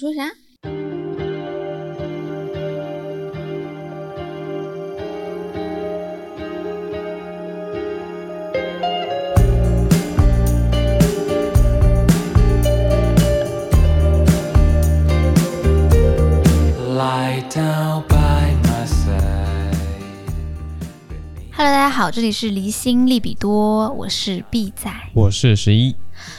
你说啥？ Lie down by my side. Hello，大家好，这里是离心利比多，我是 B 仔。我是十一，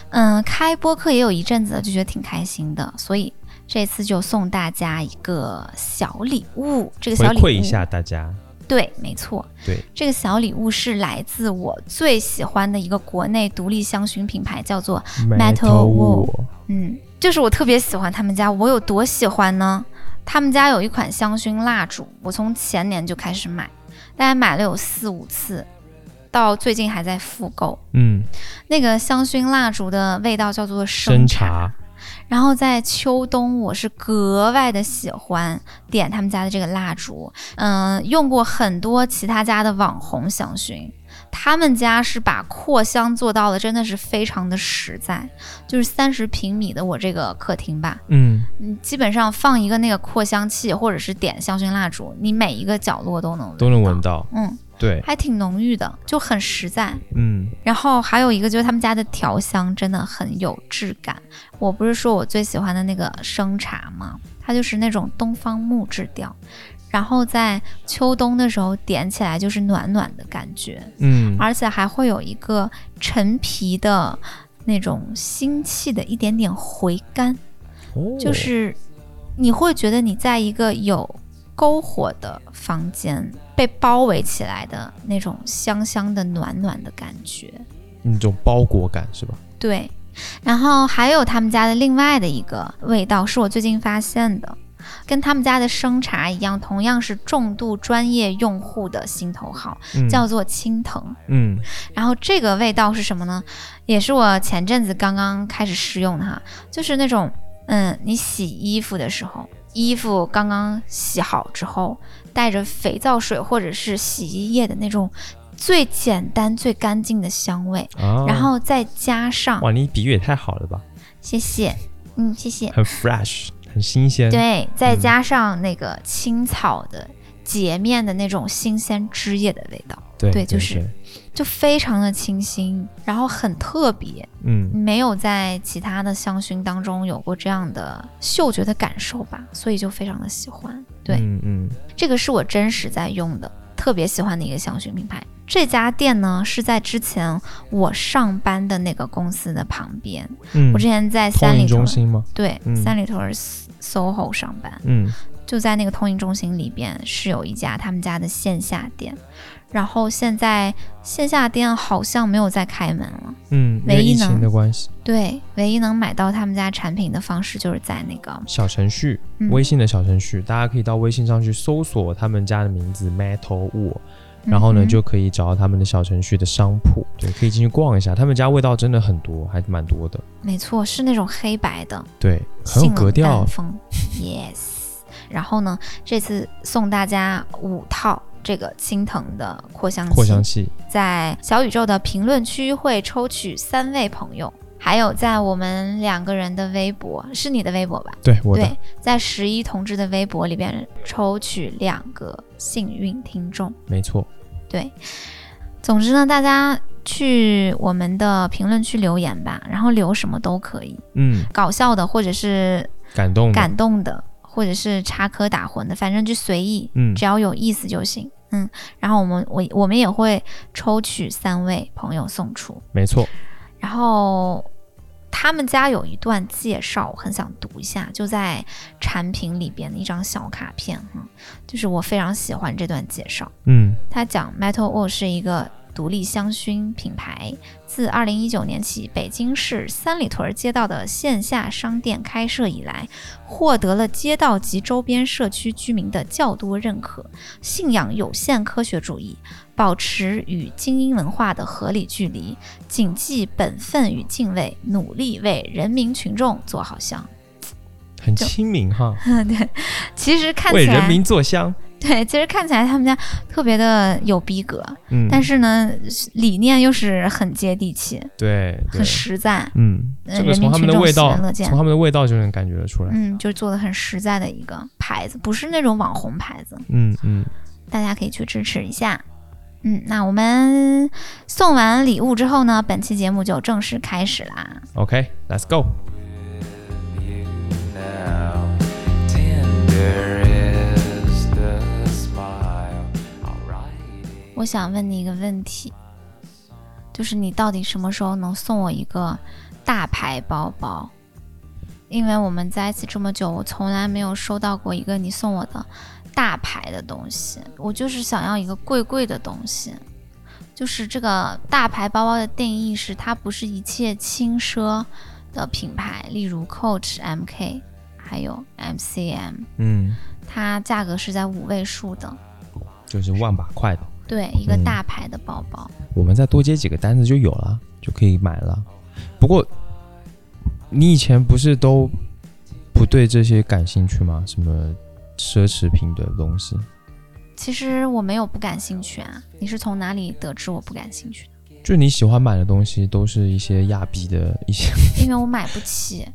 嗯，开播课也有一阵子了，就觉得挺开心的，所以这次就送大家一个小礼物。这个回小礼物，馈一下大家。对，没错，对，这个小礼物是来自我最喜欢的一个国内独立香薰品牌，叫做 Metal Wall 嗯，就是我特别喜欢他们家，我有多喜欢呢？他们家有一款香薰蜡烛，我从前年就开始买，大概买了有四五次，到最近还在复购。嗯，那个香薰蜡烛的味道叫做生生茶，然后在秋冬，我是格外的喜欢点他们家的这个蜡烛。嗯、用过很多其他家的网红香薰，他们家是把扩香做到了，真的是非常的实在。就是三十平米的我这个客厅吧，嗯，你基本上放一个那个扩香器，或者是点香薰蜡烛，你每一个角落都能都能闻到。到。嗯，对，还挺浓郁的，就很实在。嗯，然后还有一个就是他们家的调香真的很有质感。我不是说我最喜欢的那个生茶吗？它就是那种东方木质调，然后在秋冬的时候点起来就是暖暖的感觉，嗯，而且还会有一个陈皮的那种腥气的一点点回甘，哦就是你会觉得你在一个有篝火的房间被包围起来的那种香香的暖暖的感觉。那种包裹感是吧？对，然后还有他们家的另外的一个味道是我最近发现的，跟他们家的生茶一样，同样是重度专业用户的心头好，嗯叫做青藤。嗯然后这个味道是什么呢？也是我前阵子刚刚开始试用的哈，就是那种嗯，你洗衣服的时候，衣服刚刚洗好之后，带着肥皂水或者是洗衣液的那种最简单、最干净的香味，啊，然后再加上哇，你比喻也太好了吧，谢谢，嗯，谢谢。很 fresh，很新鲜。，对，再嗯加上那个青草的洁面的那种新鲜汁液的味道，对对对，就是对就非常的清新，然后很特别，嗯没有在其他的香薰当中有过这样的嗅觉的感受吧，所以就非常的喜欢。对，嗯嗯，这个是我真实在用的，特别喜欢的一个香薰品牌。这家店呢是在之前我上班的那个公司的旁边，嗯我之前在通三里营屯中，心吗？对，嗯三里屯儿 SOHO 上班。嗯就在那个通营中心里边是有一家他们家的线下店，然后现在线下店好像没有再开门了。嗯，因唯为一疫能情的关系，对，唯一能买到他们家产品的方式就是在那个小程序嗯，微信的小程序，大家可以到微信上去搜索他们家的名字 Metal Wall。然后嗯呢，哼就可以找到他们的小程序的商铺，对，可以进去逛一下。他们家味道真的很多，还蛮多的，没错是那种黑白的，对，很有性冷格调啊淡。风，yes。然后呢，这次送大家五套这个青藤的扩香器，扩香器，在小宇宙的评论区会抽取三位朋友，还有在我们两个人的微博，是你的微博吧？对，我的，对，在十一同志的微博里边抽取两个幸运听众。没错，对，总之呢，大家去我们的评论区留言吧，然后留什么都可以，嗯，搞笑的或者是感动的，感动的，或者是插科打诨的，反正就随意，嗯只要有意思就行。嗯，然后我们我我们也会抽取三位朋友送出，没错，然后他们家有一段介绍，我很想读一下，就在产品里边的一张小卡片哈、就是我非常喜欢这段介绍。嗯他讲 Metal Wall 是一个独立香薰品牌，自2019年起，北京市三里屯街道的线下商店开设以来，获得了街道及周边社区居民的较多认可，信仰有限科学主义，保持与精英文化的合理距离，谨记本分与敬畏，努力为人民群众做好香。 很亲民哈，对，其实看为起人来民做香，对，其实看起来他们家特别的有逼格，嗯，但是是呢，理念又是很接地气，对对很，实在。嗯，呃这个人从民他们群的众味喜道，闻乐见从他们的味道就能感觉得出来。嗯，就是做的很实在的一个牌子，不是那种网红牌子，嗯嗯，大家可以去支持一下。嗯，那我们送完礼物之后呢，本期节目就正式开始啦。 OK，Let's、go。 You now, tender is the smile. Alrighty. 我想问你一个问题，就是你到底什么时候能送我一个大牌包包？因为我们在一起这么久，我从来没有收到过一个你送我的大牌的东西。我就是想要一个贵贵的东西。就是这个大牌包包的定义是，它不是一切轻奢的品牌，例如 Coach、MK，还有 MCM，嗯，它价格是在五位数的。就是万把块的，对，一个嗯大牌的包包。我们再多接几个单子就有了，就可以买了。不过，你以前不是都不对这些感兴趣吗？什么奢侈品的东西？其实我没有不感兴趣啊，你是从哪里得知我不感兴趣的？就你喜欢买的东西都是一些亚逼的一些，因为我买不起。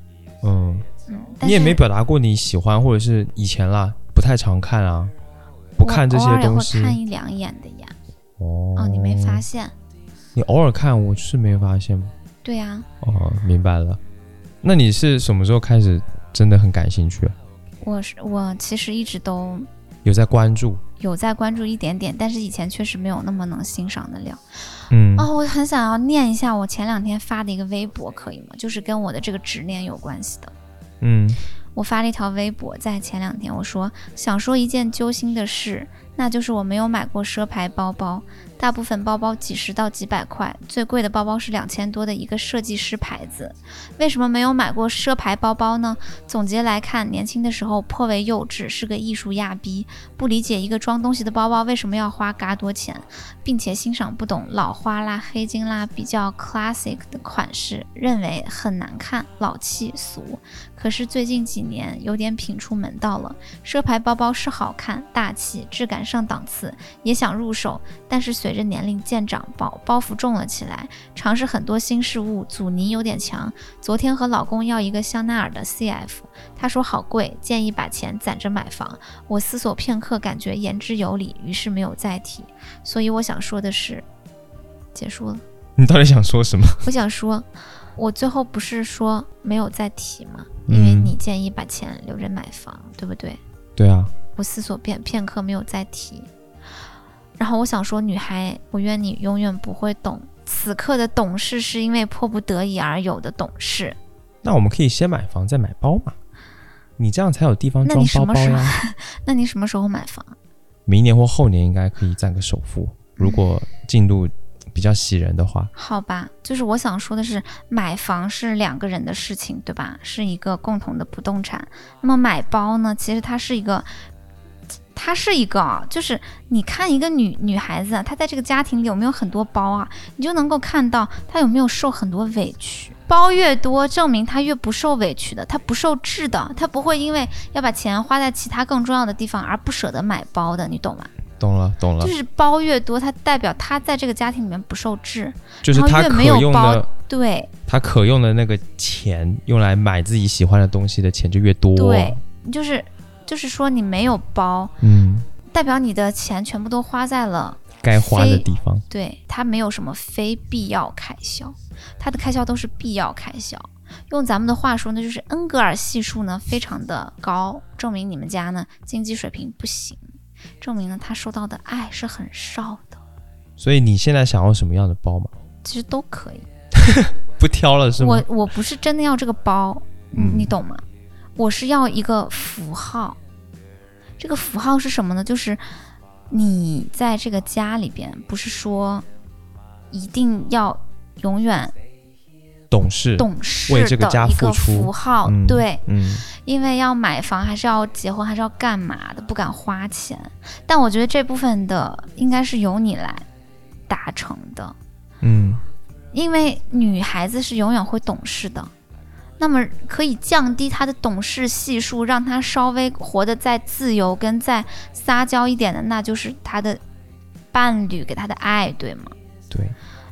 嗯，嗯，但你也是没表达过你喜欢，或者是以前啦，不太常看啊，不我看这偶尔些也东会西。看一两眼的呀。哦哦，你没发？现？你偶尔看，我是没发现吗？对啊呀、哦，明白了。那你是什么时候开始真的很感兴趣？啊我是我其实一直都有在关注？有在关注一点点，但是以前确实没有那么能欣赏得了。嗯，哦，我很想要念一下我前两天发的一个微博，可以吗？就是跟我的这个执念有关系的。嗯我发了一条微博，在前两天我说想说一件揪心的事，那就是我没有买过奢牌包包，大部分包包几十到几百块，最贵的包包是两千多的一个设计师牌子。为什么没有买过奢牌包包呢？总结来看，年轻的时候颇为幼稚，是个艺术亚逼，不理解一个装东西的包包为什么要花嘎多钱，并且欣赏不懂老花啦、黑金啦比较 classic 的款式，认为很难看、老气俗。可是最近几年有点品出门道了，奢牌包包是好看、大气、质感上档次，也想入手，但是随着年龄渐长，包包袱重了起来，尝试很多新事物，阻尼有点强。昨天和老公要一个香奈儿的 CF，他说好贵，建议把钱攒着买房。我思索片刻，感觉言之有理，于是没有再提。所以我想说的是，结束了。你到底想说什么？我想说，我最后不是说没有再提吗？因为嗯你建议把钱留着买房，对不对？对啊，我思索片片刻，没有再提。然后我想说，女孩，我愿你永远不会懂。此刻的懂事，是因为迫不得已而有的懂事。那我们可以先买房再买包嘛，你这样才有地方那装你什包么包时候呀。那你什么时候买房？明年或后年应该可以占个首付，如果进度比较喜人的话。好吧，就是我想说的是，买房是两个人的事情，对吧？是一个共同的不动产。那么买包呢，其实它是一个，它是一个啊，就是你看一个女女孩子啊，她在这个家庭里有没有很多包啊，你就能够看到她有没有受很多委屈。包越多，证明她越不受委屈的，她不受制的，她不会因为要把钱花在其他更重要的地方而不舍得买包的，你懂吗？懂了，懂了就，是包越多，它代表她在这个家庭里面不受制。就是然后他越可没有用包的，对，他可用的那个钱，用来买自己喜欢的东西的钱就越多。对，就是就是说你没有包，嗯，代表你的钱全部都花在了该花的非地方。对它没有什么非必要开销，它的开销都是必要开销。用咱们的话说呢，就是恩格尔系数呢非常的高，证明你们家呢经济水平不行，证明呢他受到的爱是很少的，所以你现在想要什么样的包嘛？其实都可以。不挑了是吗我？我不是真的要这个包，嗯你懂吗？我是要一个符号，这个符号是什么呢？就是你在这个家里边，不是说一定要永远懂事。懂事为这个家的一付个出符号，嗯对，嗯，因为要买房还是要结婚还是要干嘛的，不敢花钱。但我觉得这部分的应该是由你来达成的。嗯，因为女孩子是永远会懂事的，那么可以降低他的懂事系数，让他稍微活得再自由跟再撒娇一点的，那就是他的伴侣给他的爱，对吗？对，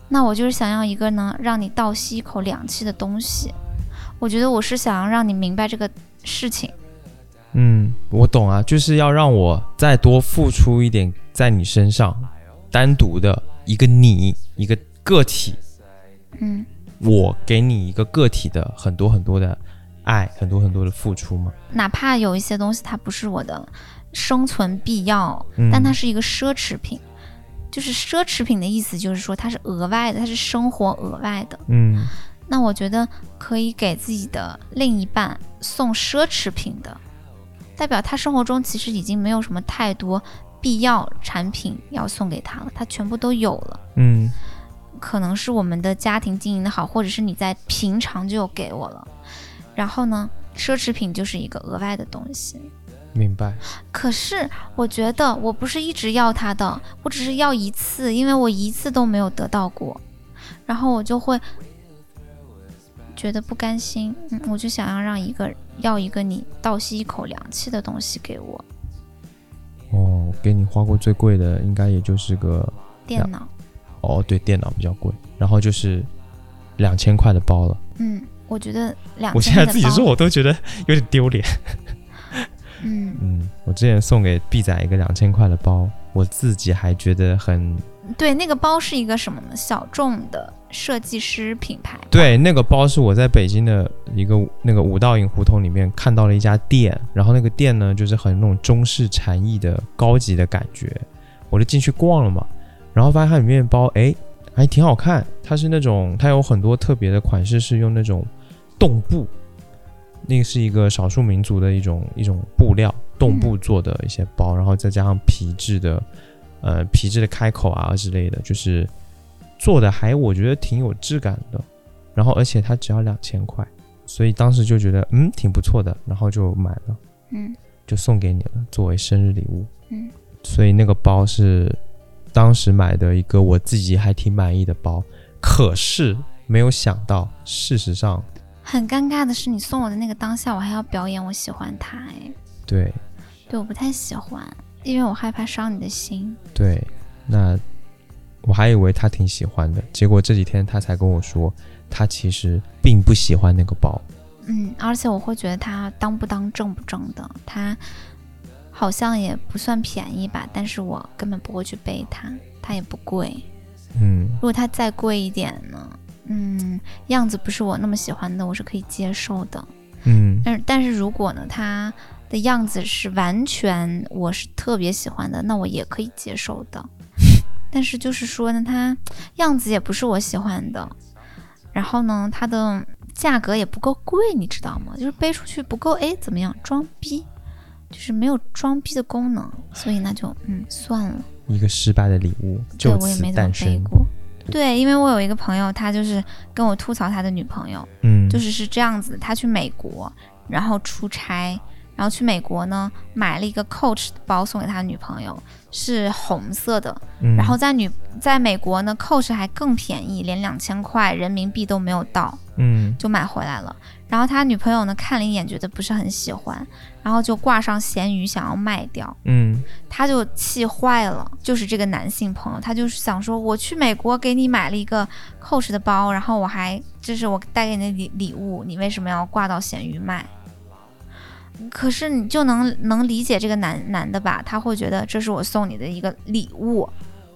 那我就是想要一个能让你倒吸一口凉气的东西。我觉得我是想要让你明白这个事情，嗯，我懂啊，就是要让我再多付出一点在你身上，单独的一个你，一个个体，嗯我给你一个个体的很多很多的爱，很多很多的付出嘛。哪怕有一些东西它不是我的生存必要，嗯，但它是一个奢侈品。就是奢侈品的意思，就是说它是额外的，它是生活额外的。嗯，那我觉得可以给自己的另一半送奢侈品的，代表他生活中其实已经没有什么太多必要产品要送给他了，他全部都有了。嗯可能是我们的家庭经营的好，或者是你在平常就有给我了。然后呢，奢侈品就是一个额外的东西。明白。可是我觉得我不是一直要他的，我只是要一次，因为我一次都没有得到过，然后我就会觉得不甘心，嗯，我就想要让一个要一个你倒吸一口凉气的东西给我，哦，给你花过最贵的，应该也就是个电脑，哦，对，电脑比较贵，然后就是两千块的包了。嗯，我觉得两我现千的在包，自己说，我都觉得有点丢脸。嗯，嗯，我之前送给 B 仔一个两千块的包，我自己还觉得很对，那个包是一个什么呢？小众的设计师品牌，，对，那个包是我在北京的一个那个五道营胡同里面看到了一家店，然后那个店呢就是很那种中式禅意的高级的感觉，我就进去逛了嘛，然后发现它里面的包哎还挺好看，它是那种它有很多特别的款式是用那种动布，那个是一个少数民族的一种一种布料动布做的一些包，然后再加上皮质的呃皮质的开口啊之类的，就是做的还我觉得挺有质感的。然后而且它只要两千块，所以当时就觉得嗯挺不错的，然后就买了，嗯就送给你了，作为生日礼物。嗯，所以那个包是当时买的一个我自己还挺满意的包，可是没有想到，事实上很尴尬的是，你送我的那个当下，我还要表演我喜欢他，哎。对对，我不太喜欢，因为我害怕伤你的心。对，那我还以为他挺喜欢的，结果这几天他才跟我说，他其实并不喜欢那个包。嗯，而且我会觉得他当不当正不正的，他好像也不算便宜吧，但是我根本不会去背它，它也不贵。嗯，如果它再贵一点呢，嗯，样子不是我那么喜欢的，我是可以接受的。嗯但是但是如果呢，它的样子是完全我是特别喜欢的，那我也可以接受 的。但是就是说呢，它样子也不是我喜欢的，然后呢，它的价格也不够贵，你知道吗？就是背出去不够，哎，怎么样？装逼，就是没有装逼的功能，所以那就嗯算了。一个失败的礼物对就我也此没怎么诞背生。过。对，因为我有一个朋友，他就是跟我吐槽他的女朋友，嗯，就是是这样子，他去美国，然后出差，然后去美国呢买了一个 Coach 的包送给他女朋友，是红色的。嗯然后在女在美国呢，Coach 还更便宜，连两千块人民币都没有到，嗯就买回来了。然后他女朋友呢看了一眼，觉得不是很喜欢，然后就挂上闲鱼想要卖掉。嗯他就气坏了，就是这个男性朋友，他就是想说，我去美国给你买了一个 Coach 的包，然后我还这是我带给你的礼礼物，你为什么要挂到闲鱼卖？可是你就能能理解这个男男的吧？他会觉得这是我送你的一个礼物，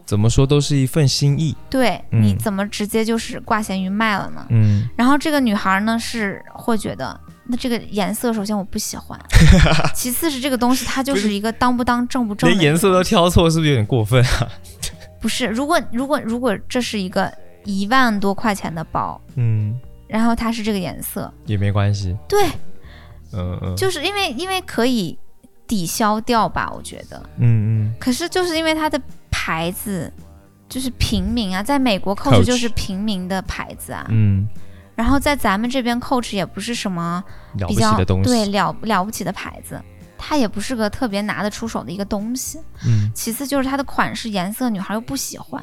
怎么说都是一份心意。对，嗯你怎么直接就是挂闲鱼卖了呢？嗯，然后这个女孩呢是会觉得，那这个颜色首先我不喜欢， 其次是这个东西它就是一个当不当正不正的连一个颜色都挑错，是不是有点过分？啊不是，如果如果如果这是一个一万多块钱的包，嗯，然后它是这个颜色，也没关系。对，嗯嗯，就是因为因为可以抵消掉吧，我觉得。嗯可是就是因为它的牌子就是平民啊，在美国 Coach 就是平民的牌子啊，嗯然后在咱们这边 Coach 也不是什么嗯，了比不起较的东西。对了了不起的牌子，它也不是个特别拿得出手的一个东西。嗯其次就是它的款式、颜色，女孩又不喜欢。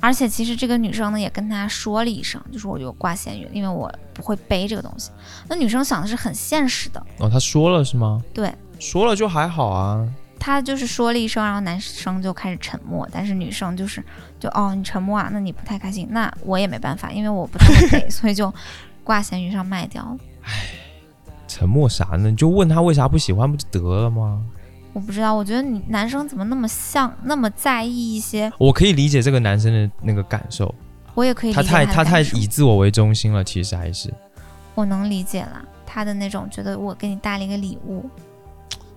而且其实这个女生呢也跟他说了一声，就是我有挂咸鱼，因为我不会背这个东西。那女生想的是很现实的，哦，他说了是吗？对，说了就还好啊。她就是说了一声，然后男生就开始沉默，但是女生就是就哦你沉默啊，那你不太开心，那我也没办法，因为我不太会背， 所以就挂咸鱼上卖掉了。沉默啥呢？你就问他为啥不喜欢不就得了吗？我不知道，我觉得你男生怎么那么像那么在意一些，我可以理解这个男生的那个感受，我也可以理他解太的他太感受以自我为中心了，其实还是我能理解了他的那种觉得我给你带了一个礼物，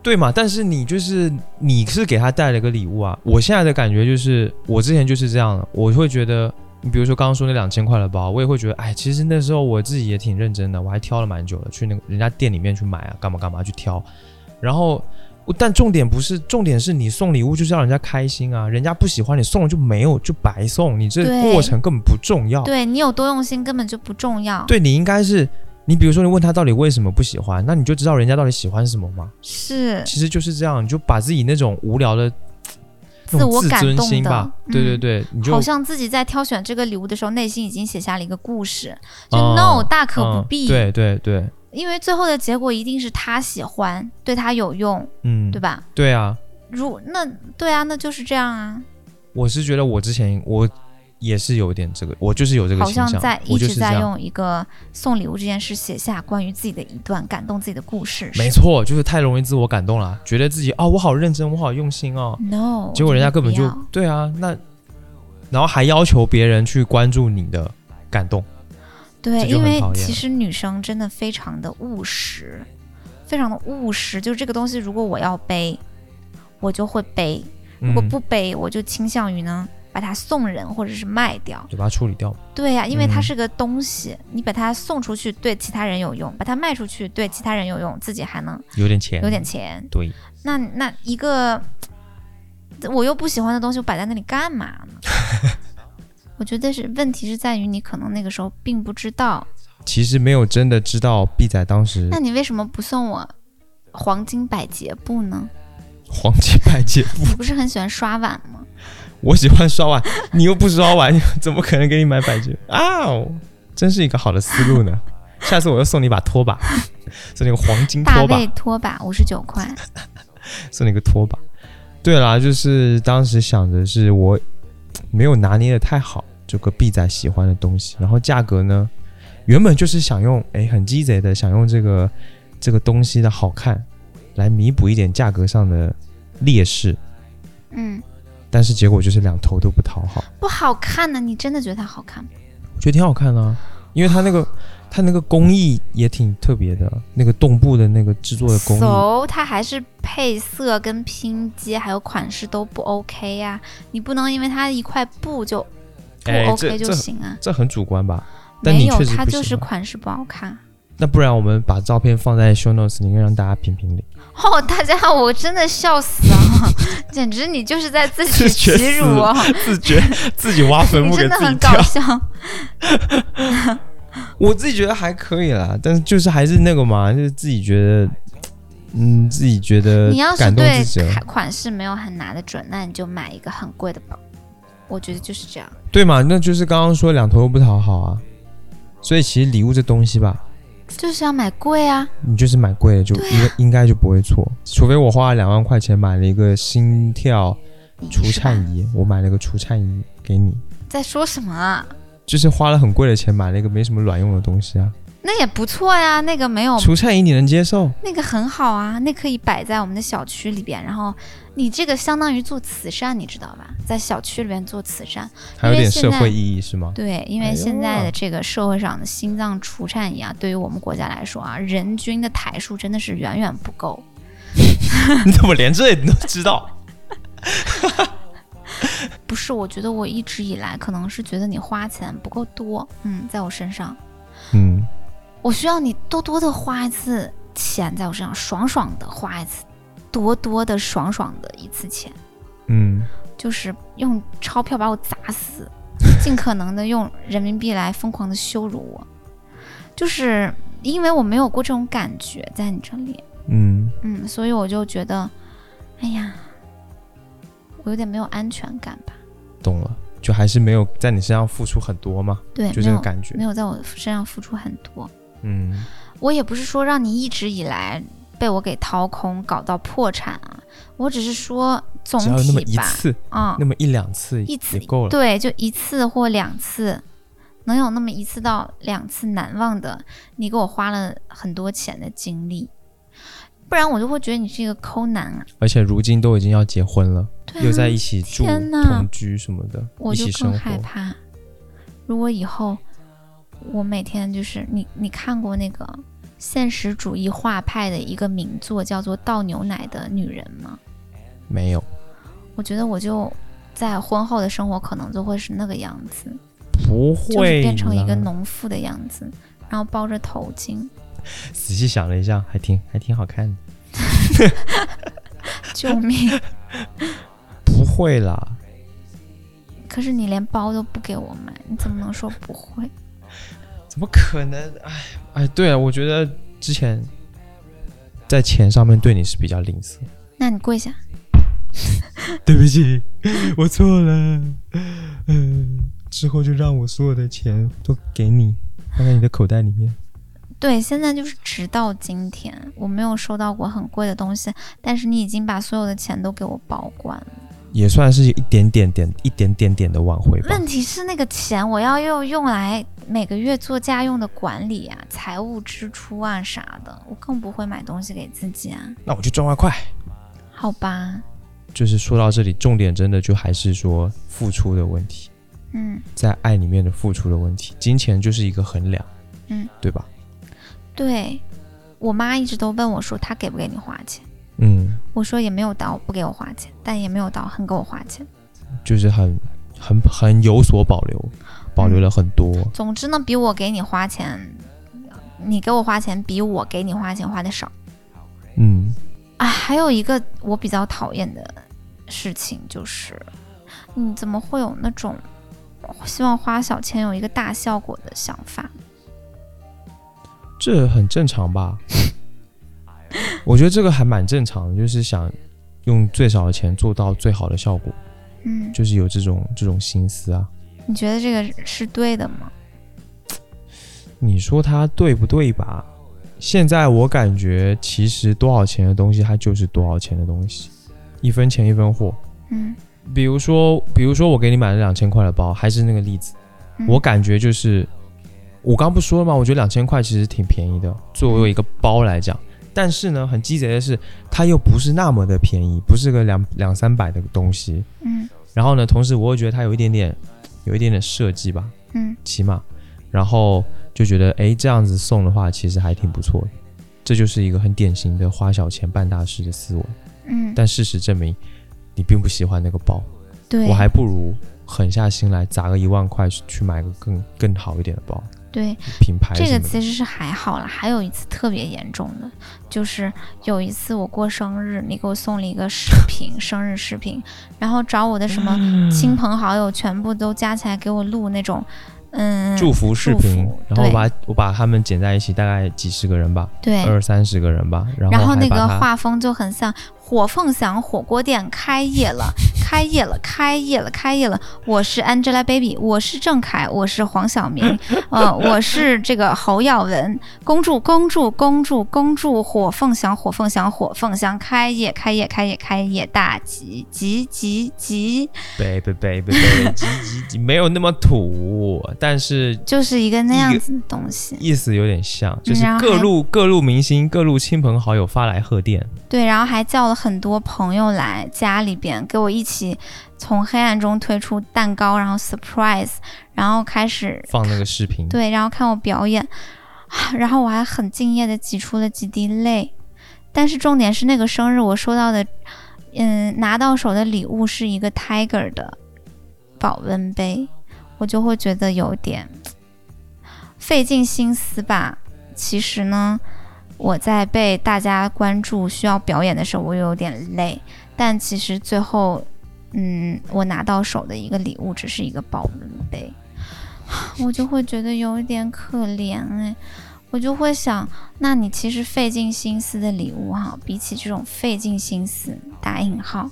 对嘛。但是你就是你是给他带了个礼物啊。我现在的感觉就是，我之前就是这样的，我会觉得，你比如说刚刚说那两千块的包，我也会觉得，哎，其实那时候我自己也挺认真的，我还挑了蛮久的，去那个人家店里面去买啊，干嘛干嘛去挑，然后。我但重点不是，重点是你送礼物就是要人家开心啊，人家不喜欢你送了就没有就白送，你这对过程根本不重要。对你有多用心根本就不重要。对你应该是，你比如说你问他到底为什么不喜欢，那你就知道人家到底喜欢什么嘛。是其实就是这样，你就把自己那种无聊的自那种我自感尊动心的吧，对对嗯对，你就好像自己在挑选这个礼物的时候，内心已经写下了一个故事，就嗯 no、大可嗯不必、对对对，因为最后的结果一定是他喜欢，对他有用，嗯，对吧？对啊，如那对啊，那就是这样啊，我是觉得我之前我也是有点这个，我就是有这个好倾向像在，一我就直是这在样。用一个送礼物这件事写下关于自己的一段感动自己的故事。没错，就是太容易自我感动了，觉得自己啊、我好认真，我好用心嗯哦， ，no，结果人家根本真就的不要对啊，那然后还要求别人去关注你的感动，对，这就因很为讨厌其了实女生真的非常的务实，非常的务实。就是这个东西，如果我要背，我就会背；如果嗯不背，我就倾向于呢把它送人或者是卖掉。就把它处理掉。对呀、因为它嗯是个东西，你把它送出去对其他人有用，把它卖出去对其他人有用，自己还能有点钱，有点钱。对，那那一个我又不喜欢的东西，我摆在那里干嘛呢？ 我觉得是问题是在于你可能那个时候并不知道。其实没有真的知道毕仔当时那你为什么不送我黄金百洁布 呢？黄金百洁布，你不是很喜欢刷碗吗？ 我喜欢刷碗，你又不刷碗， 怎么可能给你买百洁？啊、哦，真是一个好的思路呢。 下次我要送你一把拖把， 送你个黄金大拖把卫，拖把五十九块，送你个拖把。对啦，就是当时想着是我没有拿捏的太好这个 B 仔喜欢的东西，然后价格呢，原本就是想用哎很鸡贼的想用这个这个东西的好看来弥补一点价格上的劣势，嗯，但是结果就是两头都不讨好。不好看呢。你真的觉得它好看吗？我觉得挺好看的、啊，因为它那个它那个工艺也挺特别的，那个动布的那个制作的工艺， so 它还是配色跟拼接还有款式都不 OK 呀、你不能因为它一块布就不哎 OK 这就这行啊。这很主观吧？但没你有确，实它不就喜是欢款式不好看。那不然我们把照片放在 show notes 里面让大家评评理。哦，大家，我真的笑死了， 简直你就是在自取自其觉死辱啊！自 觉自己挖坟你墓给真的自己很跳搞，笑。我自己觉得还可以啦，但是就是还是那个嘛，就是自己觉得，嗯，自己觉得你要是感动对自己了，款款式没有很拿得准，那你就买一个很贵的包。我觉得就是这样。对嘛？那就是刚刚说两头不讨好啊，所以其实礼物这东西吧，就是要买贵啊！你就是买贵了就应该、应该就不会错，除非我花了两万块钱买了一个心跳除是吧颤仪，我买了个除颤仪给你，在说什么啊？就是花了很贵的钱买了一个没什么卵用的东西啊，那也不错呀，那个没有，除颤仪你能接受？那个很好啊，那可以摆在我们的小区里边。然后你这个相当于做慈善，你知道吧？在小区里边做慈善，还有因为点现社在会意义是吗？对，因哎为呦现在啊的这个社会上的心脏除颤仪啊，对于我们国家来说啊，人均的台数真的是远远不够。你 怎么连这你都知道？不是，我觉得我一直以来可能是觉得你花钱不够多，嗯，在我身上，嗯，我需要你多多的花一次钱在我身上，爽爽的花一次，多多的爽爽的一次钱，嗯，就是用钞票把我砸死， 尽可能的用人民币来疯狂的羞辱我，就是因为我没有过这种感觉在你这里，嗯，嗯，所以我就觉得，哎呀，我有点没有安全感吧。懂了，就还是没有在你身上付出很多嘛，对，就没这个有感觉没。有在我身上付出很多。嗯，我也不是说让你一直以来被我给掏空，搞到破产啊，我只是说总只要有那么一体吧，次，啊、那么一两次一也次够了。对，就一次或两次，能有那么一次到两次难忘的，你给我花了很多钱的精力，不然我就会觉得你是一个抠男啊。而且如今都已经要结婚了，对又啊，在一起住、天呐同居什么的，我一就起更生害活。怕。如果以后我每天就是你，你看过那个现实主义画派的一个名作叫做《倒牛奶的女人》吗？没有，我觉得我就在婚后的生活可能就会是那个样子，不就是会变成一个啦农妇的样子，然后包着头巾， 仔细想了一下，还挺还挺好看的。救命！不会啦，可是你连包都不给我买，你怎么能说不会？ 怎么可能？哎哎，对啊，我觉得之前在钱上面对你是比较吝 啬。那你跪下，对不起，我错了。嗯，之后就让我所有的钱都给你，放在你的口袋里面。对，现在就是直到今天，我没有收到过很贵的东西，但是你已经把所有的钱都给我保管了。也算是一点点点、一点点点的挽回吧问。题是那个钱我要又用来每个月做家用的管理啊、财务支出啊啥的，我更不会买东西给自己啊。那我就赚外快。好吧，就是说到这里，重点真的就还是说付出的问题，嗯，在爱里面的付出的问题，金钱就是一个衡量，嗯，对吧？对我妈一直都问我说她给不给你花钱，嗯，我说也没有到不给我花钱，但也没有到很给我花钱。就是很很很有所保留，保留了很多。总之呢，比我给你花钱，你给我花钱比我给你花钱花的少嗯，啊。还有一个我比较讨厌的事情就是，你怎么会有那种希望花小钱有一个大效果的想法？这很正常吧？ 我觉得这个还蛮正常的，就是想用最少的钱做到最好的效果，嗯，就是有这种这种心思啊。你觉得这个是对的吗？你说它对不对吧？现在我感觉，其实多少钱的东西，它就是多少钱的东西，一分钱一分货。嗯，比如说，比如说我给你买了两千块的包，还是那个例子，嗯我感觉就是，我刚不说了吗？我觉得两千块其实挺便宜的，作为一个包来讲。但是呢，很鸡贼的是，它又不是那么的便宜，不是个两两三百的东西。嗯然后呢，同时我又觉得它有一点点，有一点点设计吧，嗯起码，然后就觉得哎，这样子送的话，其实还挺不错的。这就是一个很典型的花小钱办大事的思维。嗯，但事实证明，你并不喜欢那个包，对我还不如狠下心来砸个一万块去去买个更更好一点的包，对，品牌这什个么的。其实是还好了，还有一次特别严重的，就是有一次我过生日，你给我送了一个 饰品，生日饰品，然后找我的什么嗯亲朋好友全部都加起来给我录那种，嗯，祝福视频祝福，然后我对把我把他们剪在一起，大概几十个人吧，对，二三十个人吧，然然后后那还个把它画风就很像火凤祥火锅店开业了，开业了，开业了，开业了。我是 Angelababy，我是郑恺，我是黄晓 明，呃，我是这个侯耀文。恭祝恭祝恭祝恭祝火凤祥火凤祥火凤祥开业开业开业开业大吉吉吉吉，背背背背背，挤挤挤，没有那么土，但是就是一个那样子的东西。意思有点像，就是然后各还路各路明星、各路亲朋好友发来贺电，对，然后还叫了很多朋友来家里边给我一起从黑暗中推出蛋糕，然后 surprise，然后开始放那个视频。，对，然后看我表演，啊然后我还很敬业的挤出了几滴泪。但是重点是那个生日我收到的，嗯，拿到手的礼物是一个 Tiger 的保温杯，我就会觉得有点费尽心思吧。其实呢，我在被大家关注、需要表演的时候，我有点累。但其实最后，嗯，我拿到手的一个礼物只是一个保温杯，我就会觉得有一点可怜哎。我就会想，那你其实费尽心思的礼物哈、比起这种费尽心思（打引号），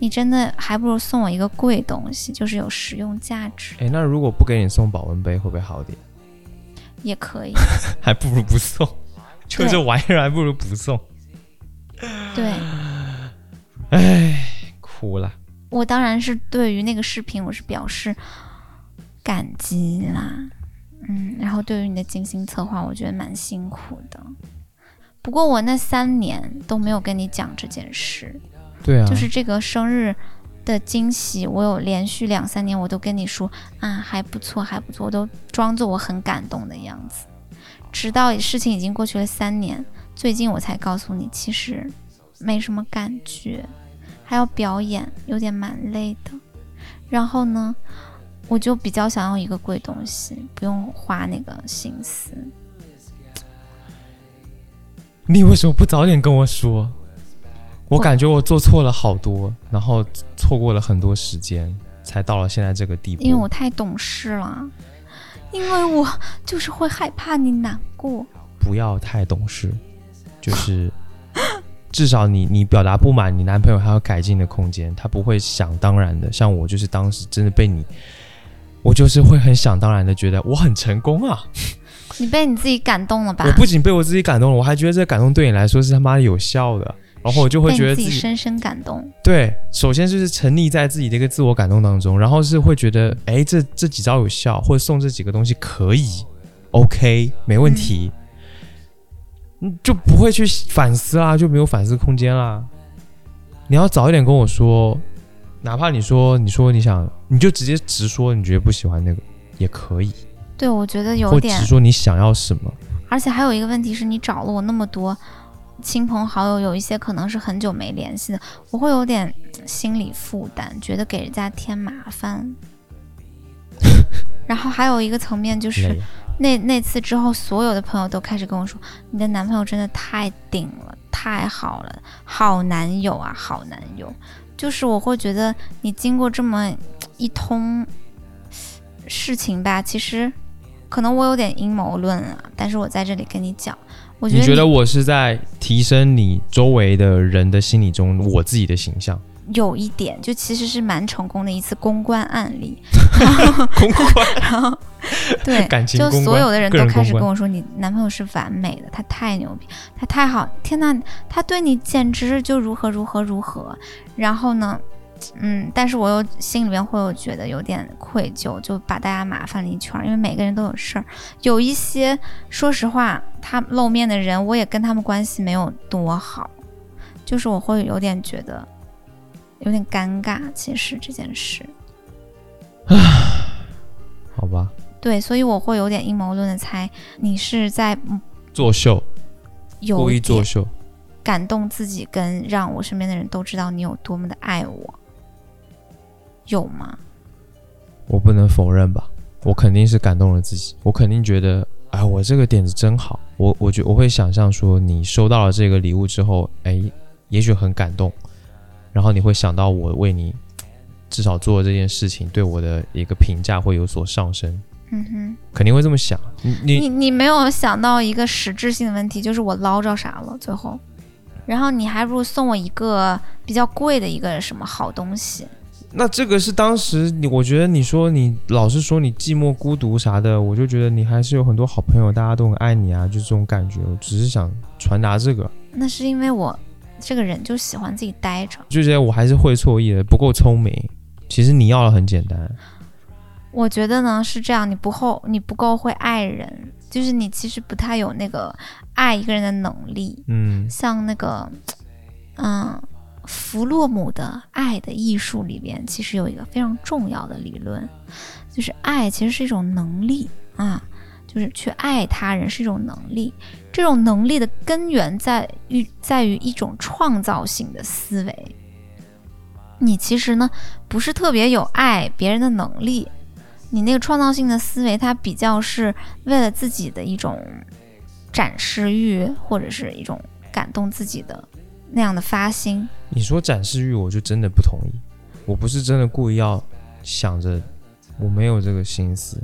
你真的还不如送我一个贵东西，就是有实用价值哎，那如果不给你送保温杯，会不会好点？ 也可以。还不如不送，就对这玩意儿还不如不送，对哭了。我当然是对于那个视频，我是表示感激啦。嗯，然后对于你的精心策划，我觉得蛮辛苦的。不过我那三年都没有跟你讲这件事，对啊，就是这个生日的惊喜，我有连续两三年我都跟你说啊，还不错，还不错，我都装作我很感动的样子。直到事情已经过去了三年，最近我才告诉你，其实没什么感觉，还要表演，有点蛮累的。然后呢，我就比较想要一个贵东西，不用花那个心思。你为什么不早点跟我说？我我感觉我做错了好多，然后错过了很多时间，才到了现在这个地步。因为我太懂事了，因为我就是会害怕你难过。不要太懂事，就是至少你你表达不满，你男朋友还有改进的空间，他不会想当然的。像我就是当时真的被你，我就是会很想当然的觉得我很成功啊！你被你自己感动了吧？我不仅被我自己感动了，我还觉得这个感动对你来说是他妈的有效的。然后我就会觉得被自你自己己深深感动。对，首先就是沉溺在自己的一个自我感动当中，然后是会觉得，哎，这这几招有效，或者送这几个东西可以，OK，没问题，嗯，就不会去反思啦，就没有反思空间啦。你要早一点跟我说，哪怕你说你说你想，你就直接直说，你觉得不喜欢那个也可以，对，我觉得有或直点，说你想要什么，而且还有一个问题是你找了我那么多亲朋好友，有一些可能是很久没联系的，我会有点嗯心理负担，觉得给人家添麻 烦。然后还有一个层面就是累，那那次之后，所有的朋友都开始跟我说，你的男朋友真的太顶了，太好了，好男友啊，好男友。就是我会觉得你经过这么一通事情吧，其实可能我有点阴谋论啊，但是我在这里跟你讲，我觉你得觉得我是在提升你周围的人的心理中我自己的形象？你有一点就其实是蛮成功的一次公关案 例， 公关。然后对，感情哎就公所关有的人个都人开始跟公关我说，你男朋友是完美的，他太牛逼，他太好，天呐，他对你简直就如何如何如何。然后呢，嗯，但是我又心里面会有觉得有点愧疚，就把大家麻烦了一圈儿，因为每个人都有事儿。有一些说实话，他露面的人，我也跟他们关系没有多好，就是我会有点觉得有点尴尬。其实这件事，好吧，对，所以我会有点阴谋论的猜，你是在嗯作秀，有故意一点作秀。感动自己，跟让我身边的人都知道你有多么的爱我，有吗？我不能否认吧，我肯定是感动了自己，我肯定觉得，哎，我这个点子真好。我我觉我会想象说，你收到了这个礼物之后，哎，也许很感动，然后你会想到我为你至少做这件事情，对我的一个评价会有所上升，嗯哼，肯定会这么想。你你你你没有想到一个实质性的问题，就是我捞着啥了最后，然后你还不如送我一个比较贵的一个什么好东西，那这个是当时你，我觉得你说你老是说你寂寞孤独啥的，我就觉得你还是有很多好朋友，大家都很爱你啊，就这种感觉。我只是想传达这个，那是因为我这个人就喜欢自己待着。就觉得我还是会错意的，不够聪明。其实你要的很简单，我觉得呢是这样，你不后你不够会爱人，就是你其实不太有那个爱一个人的能力。嗯，像那个，嗯，弗洛姆的《爱的艺术》里边，其实有一个非常重要的理论，就是爱其实是一种能力啊，就是去爱他人是一种能力。这种能力的根源在于在于一种创造性的思维。你其实呢不是特别有爱别人的能力，你那个创造性的思维，它比较是为了自己的一种展示欲，或者是一种感动自己的那样的发心。你说展示欲，我就真的不同意。我不是真的故意要想着，我没有这个心思。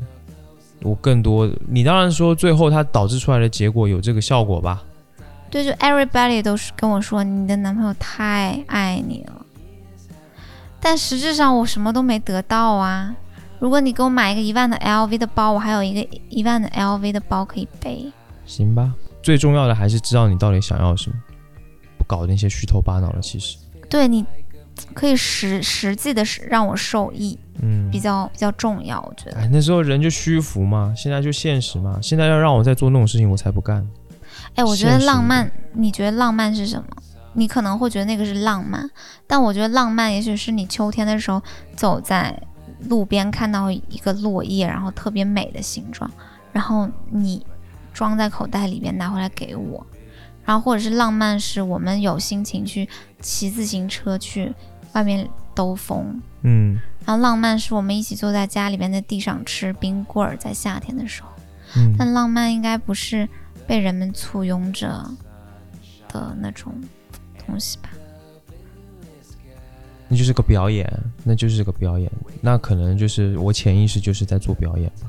我更多，你当然说最后它导致出来的结果有这个效果吧？对，就 everybody 都是跟我说你的男朋友太爱你了，但实质上我什么都没得到啊。如果你给我买一个一万的 LV 的包，我还有一个一万的 LV 的包可以背。行吧。最重要的还是知道你到底想要什么，不搞那些虚头巴脑的。其实，对你可以实实际的让我受益，嗯，比较比较重要，我觉得。哎，那时候人就虚浮嘛，现在就现实嘛。现在要让我再做那种事情，我才不干。哎，我觉得现实浪一漫，你觉得浪漫是什么？你可能会觉得那个是浪漫，但我觉得浪漫也许是你秋天的时候走在路边看到一个落叶，然后特别美的形状，然后你装在口袋里边拿回来给我，然后或者是浪漫是我们有心情去骑自行车去外面兜风，嗯然后浪漫是我们一起坐在家里边的地上吃冰棍儿，在夏天的时候。嗯，但浪漫应该不是被人们簇拥着的那种东西吧？那就是个表演，那就是个表演。那可能就是我潜意识就是在做表演吧，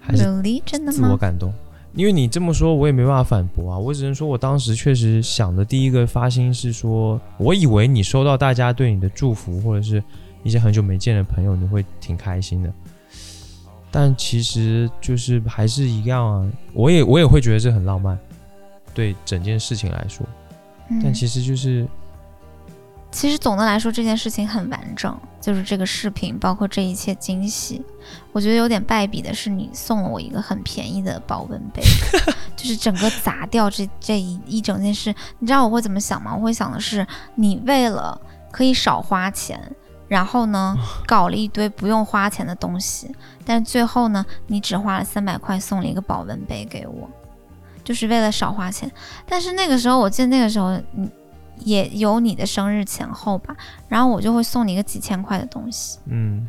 还是 really 真的自我吗？感动。因为你这么说，我也没办法反驳啊。我只能说，我当时确实想的第一个发心是说，我以为你收到大家对你的祝福，或者是一些很久没见的朋友，你会挺开心的。但其实就是还是一样啊，我也我也会觉得这很浪漫，对整件事情来说。但嗯，其实就是其实总的来说这件事情很完整，就是这个视频包括这一切惊喜。我觉得有点败笔的是，你送了我一个很便宜的保温杯，就是整个砸掉这这一一整件事。你知道我会怎么想吗？我会想的是，你为了可以少花钱，然后呢搞了一堆不用花钱的东西，但是最后呢，你只花了三百块送了一个保温杯给我，就是为了少花钱。但是那个时候，我记得那个时候你也有你的生日前后吧，然后我就会送你一个几千块的东西，嗯，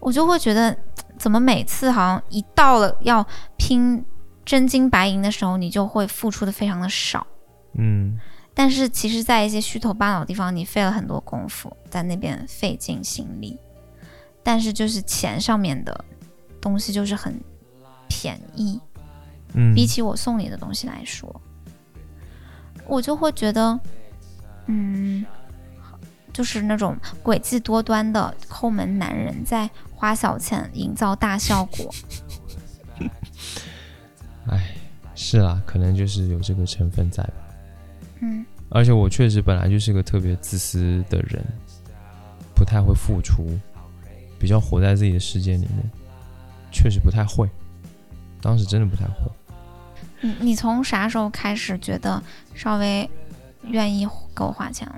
我就会觉得怎么每次好像一到了要拼真金白银的时候，你就会付出的非常的少。嗯，但是其实，在一些虚头巴脑的地方，你费了很多功夫，在那边费尽心力，但是就是钱上面的东西就是很便宜，嗯，比起我送你的东西来说，我就会觉得，嗯，就是那种诡计多端的抠门男人在花小钱营造大效果。 是啦，可能就是有这个成分在吧。嗯，而且我确实本来就是个特别自私的人，不太会付出，比较活在自己的世界里面，确实不太会。当时真的不太会。你你从啥时候开始觉得稍微愿意给我花钱了？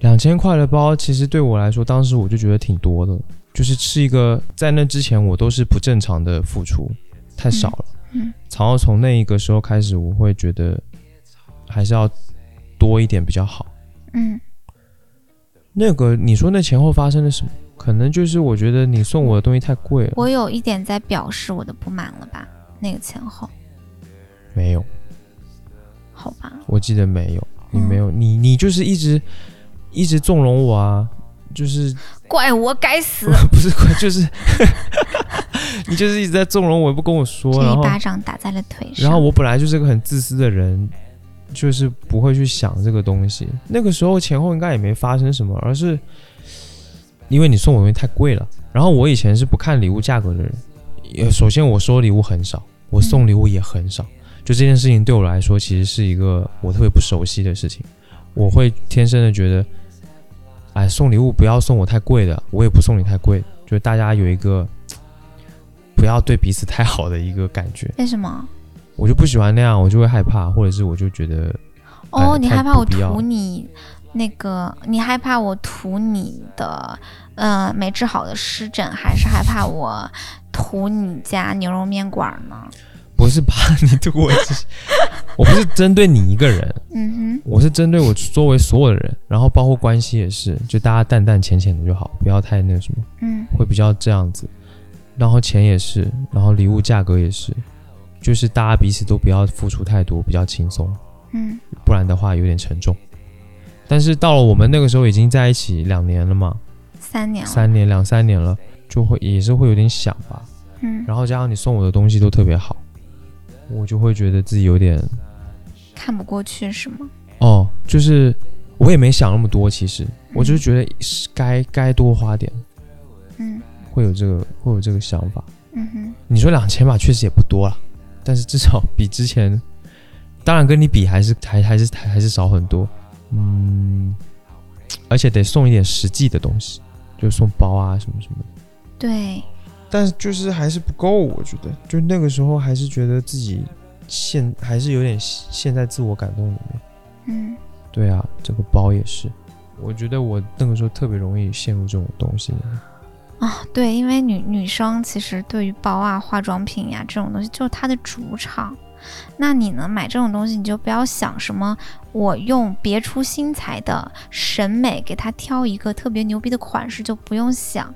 两千块的包，其实对我来说，当时我就觉得挺多的，就是是一个在那之前我都是不正常的付出，太少了。嗯嗯然后从那一个时候开始，我会觉得还是要多一点比较好。嗯，那个你说那前后发生了什么？可能就是我觉得你送我的东西太贵了。我有一点在表示我的不满了吧？那个前后，没有，好吧，我记得没有，你嗯没有，你你就是一直一直纵容我啊，就是 怪我该死，不是怪就是 你就是一直在纵容我，也不跟我说，这然一后巴掌打在了腿上。然后我本来就是个很自私的人，就是不会去想这个东西。那个时候前后应该也没发生什么，而是因为你送我东西太贵了。然后我以前是不看礼物价格的人，也首先我收礼物很少，我送礼物也很少。就这件事情对我来说，其实是一个我特别不熟悉的事情。我会天生的觉得，哎，送礼物不要送我太贵的，我也不送你太贵的，就大家有一个不要对彼此太好的一个感觉。为什么？我就不喜欢那样，我就会害怕，或者是我就觉得，哦，哎你太害怕不我必要图了你那个，你害怕我图你的呃没治好的湿疹，还是害怕我图你家牛肉面馆呢？不是把你对我自己， 我不是针对你一个人，嗯我是针对我周围所有的人，然后包括关系也是，就大家淡淡浅浅的就好，不要太那什么，哼，嗯会比较这样子。然后钱也是，然后礼物价格也是，就是大家彼此都不要付出太多，比较轻松。嗯不然的话有点沉重。但是到了我们那个时候已经在一起两年了嘛，三年了，三年两三年了，就会也是会有点想吧。嗯，然后加上你送我的东西都特别好，我就会觉得自己有点看不过去是吗？哦，就是我也没想那么多，其实我只是觉得是该该多花点，嗯会有这个会有这个想法。嗯哼，你说两千吧，确实也不多了，但是至少比之前，当然跟你比还是还还是还还是少很多。嗯，而且得送一点实际的东西，就送包啊什么什么的。对，但是就是还是不够，我觉得，就那个时候还是觉得自己现还是有点陷在自我感动里面。嗯对啊，这个包也是，我觉得我那个时候特别容易陷入这种东西里面。啊，对，因为女女生其实对于包啊、化妆品呀、这种东西，就是她的主场。那你呢？买这种东西，你就不要想什么我用别出心裁的审美给她挑一个特别牛逼的款式，就不用想，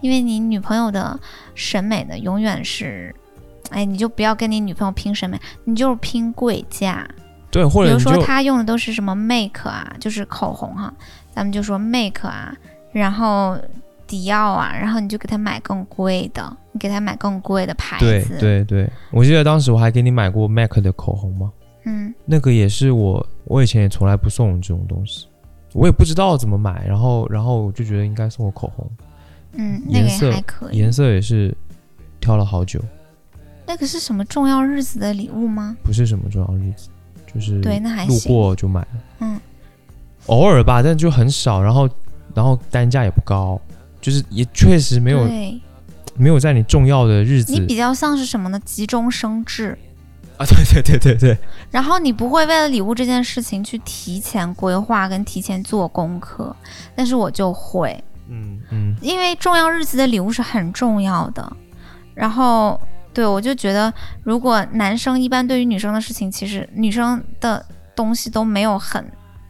因为你女朋友的审美呢，永远是，哎，你就不要跟你女朋友拼审美，你就是拼贵价。对，或比者如你说就他用的都是什么 MAC 啊，就是口红哈、咱们就说 MAC 啊，然后迪奥啊，然后你就给他买更贵的，你给他买更贵的牌对子，，对对，我记得当时我还给你买过 MAC 的口红嘛，嗯那个也是我我以前也从来不送这种东西，我也不知道怎么买，然后然后我就觉得应该送我口红，嗯，那颜个色也还可以颜。色也是挑了好久，那个是什么重要日子的礼物吗？不是什么重要日子，就是对，那还路行。过就买了，嗯，偶尔吧，但就很少，然后然后单价也不高，就是也确实没有对没有在你重要的日子你比较像是什么呢？急中生智，啊， 对对对对对，然后你不会为了礼物这件事情去提前规划跟提前做功课，但是我就会，嗯嗯，因为重要日子的礼物是很重要的。然后，对我就觉得，如果男生一般对于女生的事情，其实女生的东西都没有很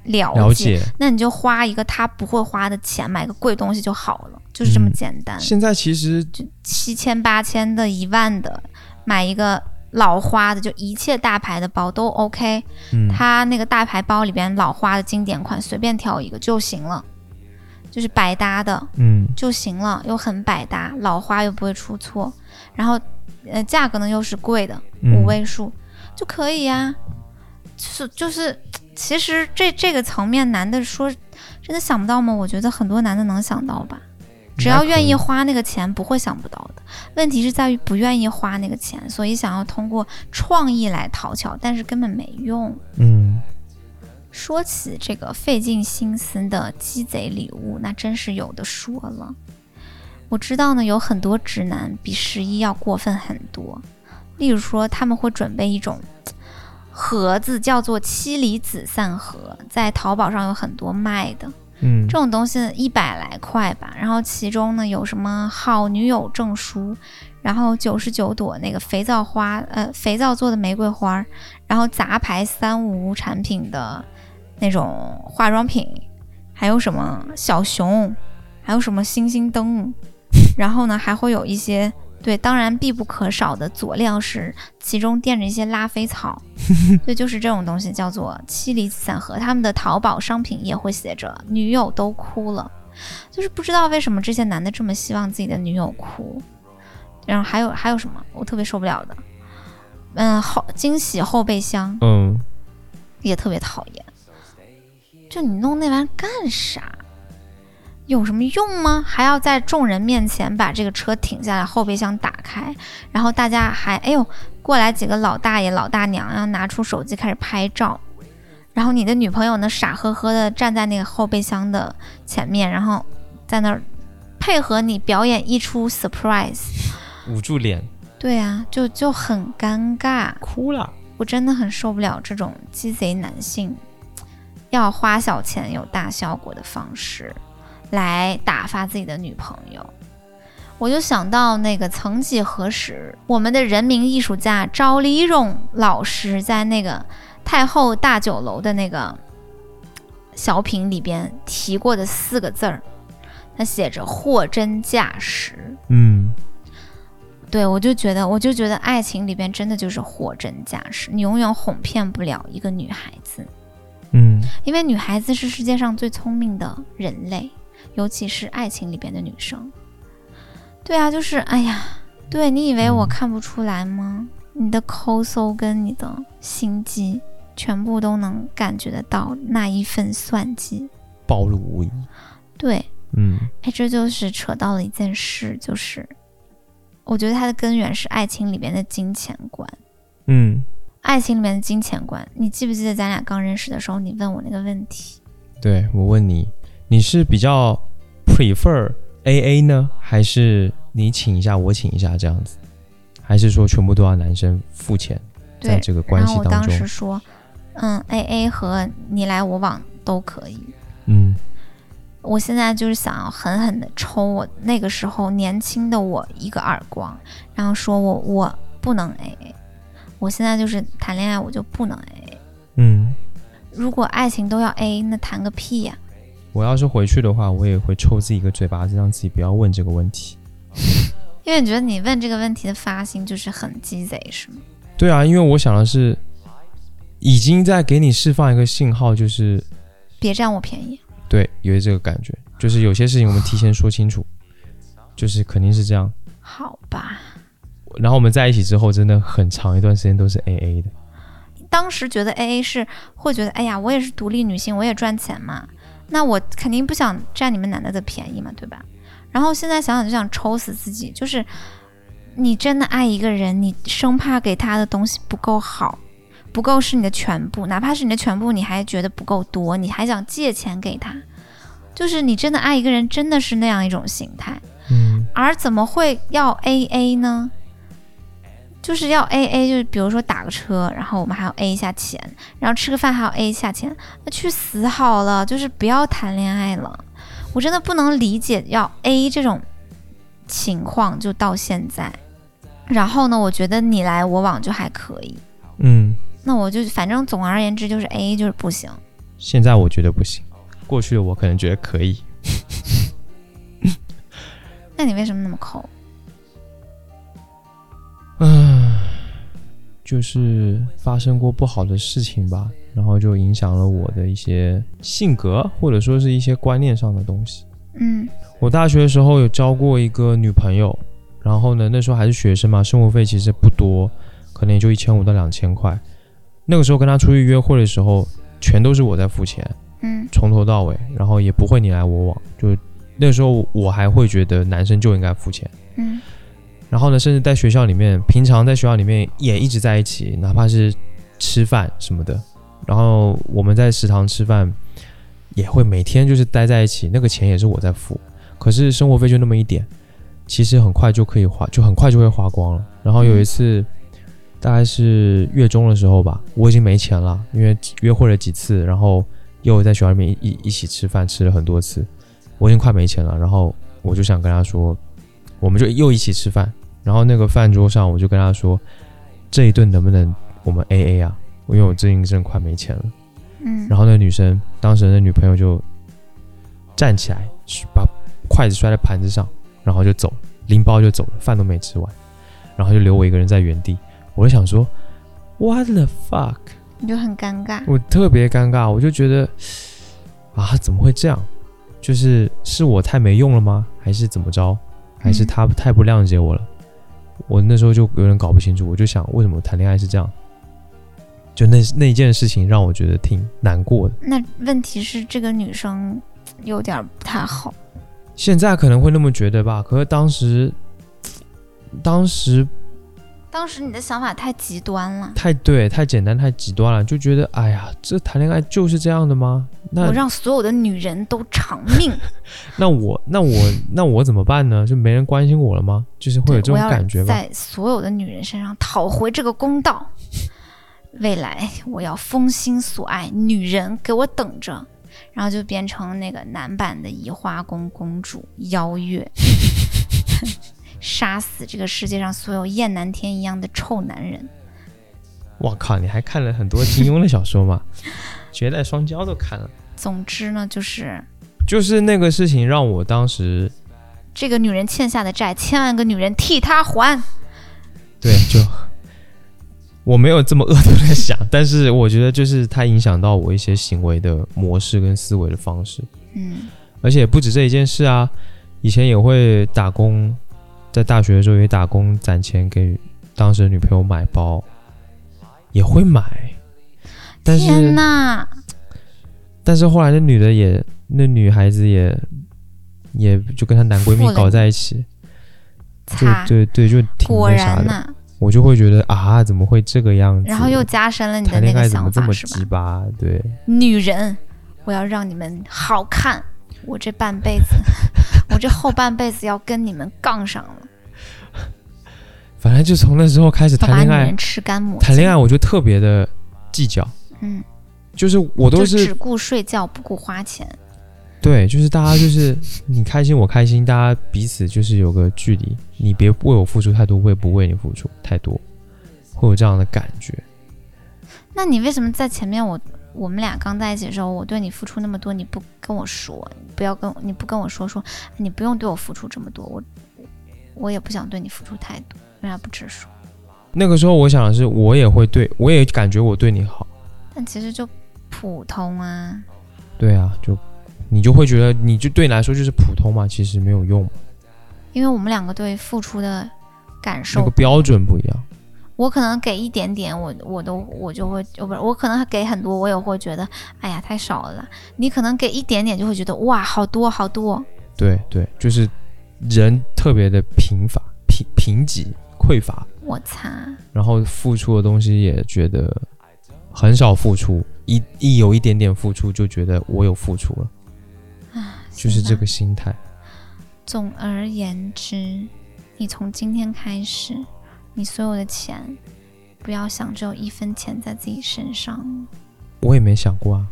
了解，了解。那你就花一个他不会花的钱买个贵东西就好了，就是这么嗯简单。现在其实七千、八千的、一万的，买一个老花的，就一切大牌的包都 OK。嗯，他那个大牌包里边老花的经典款随便挑一个就行了，就是百搭的。嗯就行了，又很百搭，老花又不会出错，然后呃价格呢又是贵的，嗯五位数、就可以呀、就是就是，其实这这个层面男的说真的想不到吗？我觉得很多男的能想到吧，只要愿意那可花那个钱，不会想不到的。问题是在于不愿意花那个钱，所以想要通过创意来讨巧，但是根本没用。嗯，说起这个费尽心思的鸡贼礼物，那真是有的说了。我知道呢，有很多直男比十一要过分很多。例如说，他们会准备一种嘖盒子，叫做妻离子散盒，在淘宝上有很多卖的。嗯这种东西一百来块吧，然后其中呢有什么好女友证书，然后九十九朵那个肥皂花，呃，肥皂做的玫瑰花，然后杂牌三无产品的那种化妆品，还有什么小熊，还有什么星星灯， 然后呢还会有一些对，当然必不可少的佐料是其中垫着一些拉菲草，对，就是这种东西叫做妻离子散盒。他们的淘宝商品也会写着“女友都哭了”，就是不知道为什么这些男的这么希望自己的女友哭。然后还有还有什么我特别受不了的，嗯，后惊喜后备箱嗯，也特别讨厌。就你弄那玩意儿干啥？有什么用吗？还要在众人面前把这个车停下来，后备箱打开，然后大家还哎呦过来几个老大爷老大娘，然后拿出手机开始拍照，然后你的女朋友呢傻呵呵的站在那个后备箱的前面，然后在那儿配合你表演一出 surprise。捂住脸对啊，就就很尴尬。哭了，我真的很受不了这种鸡贼男性要花小钱有大效果的方式来打发自己的女朋友。我就想到那个，曾几何时，我们的人民艺术家赵丽蓉老师在那个太后大酒楼的那个小品里边提过的四个字儿，他写着“货真价实”。嗯，对，我就觉得，我就觉得爱情里边真的就是货真价实，你永远哄骗不了一个女孩子，嗯，因为女孩子是世界上最聪明的人类，尤其是爱情里边的女生。对啊，就是哎呀，对你以为我看不出来吗？你的抠搜跟你的心机，全部都能感觉得到那一份算计。暴露无遗。对，嗯哎，这就是扯到了一件事，就是我觉得它的根源是爱情里面的金钱观。嗯，爱情里面的金钱观，你记不记得咱俩刚认识的时候，你问我那个问题？对我问你，你是比较 prefer A A 呢，还是你请一下我请一下这样子，还是说全部都要男生付钱？在对，这个关然系后我当当中时，说，嗯，A A 和你来我往都可以。嗯我现在就是想要狠狠的抽我那个时候年轻的我一个耳光，然后说我我不能 A A，我现在就是谈恋爱我就不能 A A。嗯，如果爱情都要 A，那谈个屁呀、我要是回去的话，我也会抽自己一个嘴巴子，让自己不要问这个问题。因为你觉得你问这个问题的发心就是很鸡贼，是吗？对啊，因为我想的是，已经在给你释放一个信号，就是别占我便宜。对，有这个感觉，就是有些事情我们提前说清楚，就是肯定是这样。好吧，然后我们在一起之后，真的很长一段时间都是 A A 的。当时觉得 A A 是会觉得，哎呀，我也是独立女性，我也赚钱嘛，那我肯定不想占你们男的的便宜嘛，对吧？然后现在想想就想抽死自己，就是你真的爱一个人，你生怕给他的东西不够好，不够是你的全部，哪怕是你的全部，你还觉得不够多，你还想借钱给他，就是你真的爱一个人，真的是那样一种心态。嗯，而怎么会要 A A 呢？就是要 A A，就是比如说打个车，然后我们还要 A 一下钱，然后吃个饭还要 A 一下钱，那去死好了！就是不要谈恋爱了，我真的不能理解要 A 这种情况，就到现在。然后呢，我觉得你来我往就还可以，嗯，那我就反正总而言之就是 A A 就是不行。现在我觉得不行，过去的我可能觉得可以，那你为什么那么抠？就是发生过不好的事情吧，然后就影响了我的一些性格，或者说是一些观念上的东西。嗯我大学的时候有交过一个女朋友，然后呢，那时候还是学生嘛，生活费其实不多，可能也就一千五到两千块。那个时候跟她出去约会的时候，全都是我在付钱，嗯从头到尾，然后也不会你来我往。就那时候我还会觉得男生就应该付钱。嗯然后呢，甚至在学校里面，平常在学校里面也一直在一起，哪怕是吃饭什么的。然后我们在食堂吃饭，也会每天就是待在一起，那个钱也是我在付，可是生活费就那么一点，其实很快就可以花，就很快就会花光了。然后有一次，大概是月中的时候吧，我已经没钱了，因为约会了几次，然后又在学校里面一一一起吃饭，吃了很多次，我已经快没钱了。然后我就想跟他说，我们就又一起吃饭，然后那个饭桌上，我就跟他说，这一顿能不能我们 A A 啊？因为我最近真的快没钱了。嗯，然后那个女生，当时的女朋友就站起来，把筷子摔在盘子上，然后就走，拎包就走了，饭都没吃完，然后就留我一个人在原地。我就想说，What the fuck！你就很尴尬。我特别尴尬，我就觉得啊，怎么会这样？就是是我太没用了吗？还是怎么着？还是他太不谅解我了？我那时候就有点搞不清楚，我就想为什么谈恋爱是这样？就那那件事情让我觉得挺难过的。那问题是这个女生有点儿不太好，现在可能会那么觉得吧，可是当时，当时当时你的想法太极端了。太对、太简单、太极端了，就觉得哎呀，这谈恋爱就是这样的吗？那我让所有的女人都偿命，那我那我那我怎么办呢？就没人关心我了吗？就是会有这对种我要感觉吧？在所有的女人身上讨回这个公道。未来我要封心所爱，女人给我等着，然后就变成那个男版的移花宫公主邀月， 杀死这个世界上所有艳男天一样的臭男人。我靠，你还看了很多金庸的小 说吗？绝代双骄都看了。总之呢，就是就是那个事情让我当时这个女人欠下的债，千万个女人替她还。对就 我没有这么恶毒的想，但是我觉得就是它影响到我一些行为的模式跟思维的方式，嗯而且不止这一件事啊，以前也会打工，在大学的时候也打工攒钱给当时的女朋友买包，也会买。但天是呐，但是后来那女的也，那女孩子也也就跟她男闺负蜜了搞你在一起，就擦，对对，就挺果那啥然的。呐、我就会觉得啊，怎么会这个样子？啊然后又加深了你的谈那恋爱个怎想么这法么是吧鸡？巴？啊对，女人，我要让你们好看，我这半辈 子，我这后半辈子要跟你们杠上了，反正就从那时候开始要谈把恋女爱人，吃干抹净。谈恋爱我就特别的计较，嗯，就是我都就只是顾睡觉不顾花钱。对，就是大家就是你开心我开心，大家彼此就是有个距离，你别为我付出太多，我也不为你付出太多，会有这样的感觉。那你为什么在前面我我们俩刚在一起的时候，我对你付出那么多，你不跟我说，你不要跟我你不跟我说说，你不用对我付出这么多，我我也不想对你付出太多，为啥不直说？那个时候我想的是，我也会对我也感觉我对你好，但其实就普通啊，对啊，就你就会觉得你就对你来说就是普通嘛，其实没有用，因为我们两个对付出的感那受个标准不一样。我可能给一点点，我我都我就会，哦我不是我可能给很多，我也会觉得，哎呀太少了。你可能给一点点，就会觉得哇好多好多。对对，就是人特别的贫乏、贫贫瘠、匮乏，我擦，然后付出的东西也觉得很少付出，一一有一点点付出就觉得我有付出了，就是这行吧个心态。总而言之，你从今天开始，你所有的钱，不要想只有一分钱在自己身上，我也没想过啊，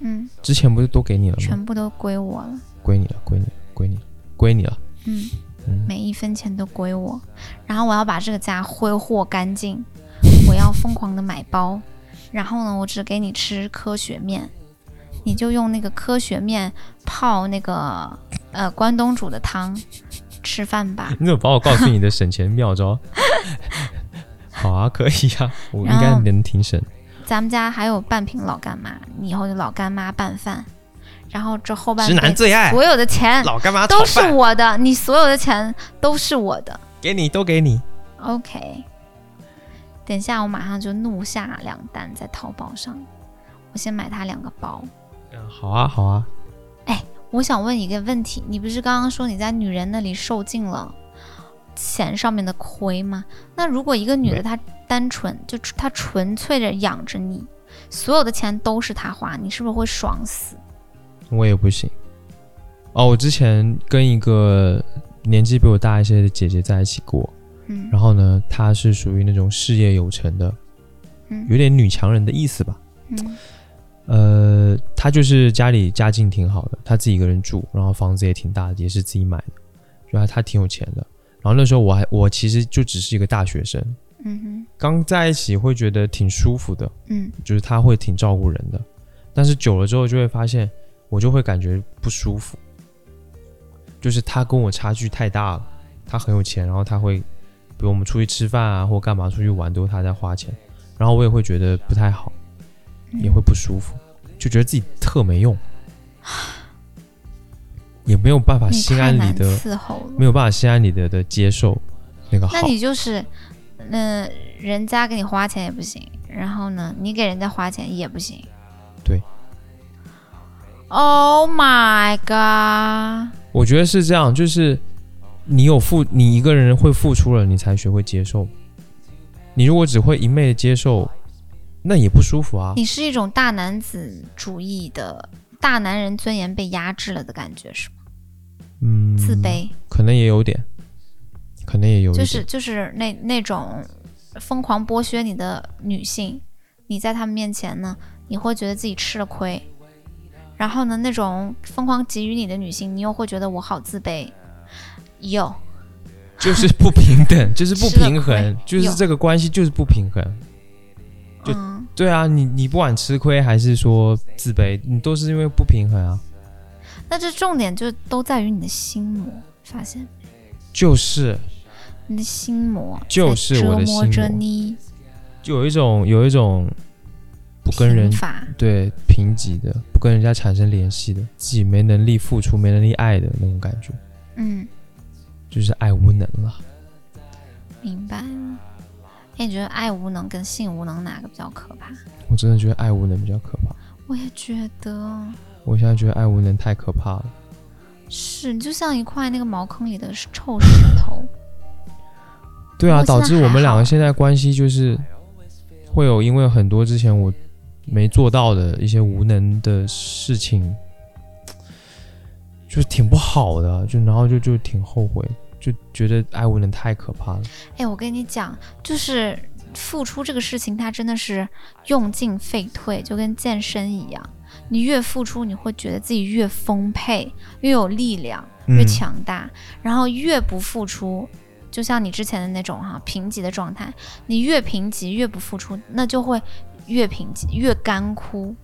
嗯，之前不是都给你了吗？全部都归我了，归你了，归你了，归你了，归你了。嗯，嗯，每一分钱都归我。然后我要把这个家挥霍干净，我要疯狂的买包。然后呢，我只给你吃科学面，你就用那个科学面泡那个呃关东煮的汤吃饭吧。你怎么把我告诉你的省钱妙招？ 好啊，可以啊，我应然该后能挺省。咱们家还有半瓶老干妈，你以后就老干妈拌饭。然后这后半直男辈子最爱所有的钱老干妈炒都是饭，我的，你所有的钱都是我的。给你都给你。 OK，等一下，我马上就怒下两单在淘宝上，我先买他两个包。嗯，好啊，好啊，我想问一个问题，你不是刚刚说你在女人那里受尽了钱上面的亏吗？那如果一个女的没她单纯就她纯粹的养着你，所有的钱都是她花，你是不是会爽死？我也不行。哦，我之前跟一个年纪比我大一些的姐姐在一起过，嗯然后呢，她是属于那种事业有成的，嗯有点女强人的意思吧。嗯呃，她就是家里家境挺好的，她自己一个人住，然后房子也挺大的，也是自己买的，就她她挺有钱的。然后那时候我还我其实就只是一个大学生，嗯哼刚在一起会觉得挺舒服的，嗯，就是他会挺照顾人的，但是久了之后就会发现，我就会感觉不舒服，就是他跟我差距太大了。他很有钱，然后他会，比如我们出去吃饭啊，或干嘛出去玩，都是他在花钱，然后我也会觉得不太好，嗯也会不舒服，就觉得自己特没用，也没有办法你心太安难理得，伺候了。没有办法心安理得的接受那个好那。你就是，嗯、人家给你花钱也不行，然后呢，你给人家花钱也不行。对。 Oh my god！我觉得是这样，就是你有付，你一个人会付出了，你才学会接受。你如果只会一昧的接受，那也不舒服啊。你是一种大男子主义的大男人尊严被压制了的感觉是吗？嗯，自卑，可能也有点，可能也有一就点。是就是那那种疯狂剥削你的女性，你在他们面前呢，你会觉得自己吃了亏。然后呢，那种疯狂给予你的女性，你又会觉得我好自卑。有，就是不平 等，就是不平吃了衡亏，就是这个关系就是不平衡。就嗯，对啊，你你不管吃亏还是说自卑，你都是因为不平衡啊。那这重点就都在于你的心魔，发现没就是你的心魔在就是我的折磨着心魔你，就有一种有一种不跟人贫乏对贫瘠的，不跟人家产生联系的，自己没能力付出、没能力爱的那种感觉，嗯，就是爱无能了。明白了。哎，你觉得爱无能跟性无能哪个比较可怕？我真的觉得爱无能比较可怕。我也觉得我现在觉得爱无能太可怕了。是，你就像一块那个茅坑里的臭石头。对啊，我现在导致我们两还好个现在关系就是会有因为很多之前我没做到的一些无能的事情，就是挺不好的，啊就然后就就挺后悔，就觉得爱无能太可怕了。哎，我跟你讲，就是付出这个事情，它真的是用进废退，就跟健身一样。你越付出，你会觉得自己越丰沛，越有力量，越嗯强大。然后越不付出，就像你之前的那种哈、贫瘠的状态，你越贫瘠越不付出，那就会越贫瘠越干枯，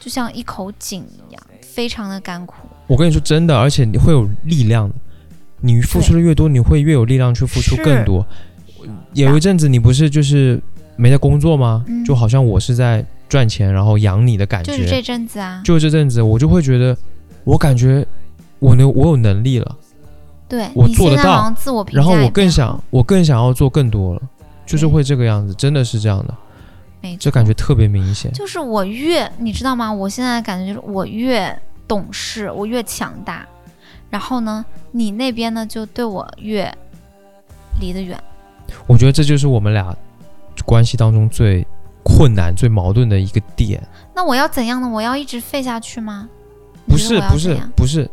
就像一口井一样，非常的干枯。我跟你说真的，而且你会有力量的。你付出的越多，你会越有力量去付出更多。有一阵子你不是就是没在工作吗？嗯就好像我是在赚钱，然后养你的感觉。就是这阵子啊，就这阵子，我就会觉得，我感觉我能，我有能力了，对，我你做现得在到好像自我评价然后也我变更好想，，我更想要做更多了，就是对会这个样子，真的是这样的，没这感错觉特别明显。就是我越你知道吗？我现在感觉就是我越懂事，我越强大，然后呢，你那边呢就对我越离得远。我觉得这就是我们俩关系当中最困难、最矛盾的一个点，那我要怎样呢？我要一直废下去吗？不你觉是得我要不怎是样不是，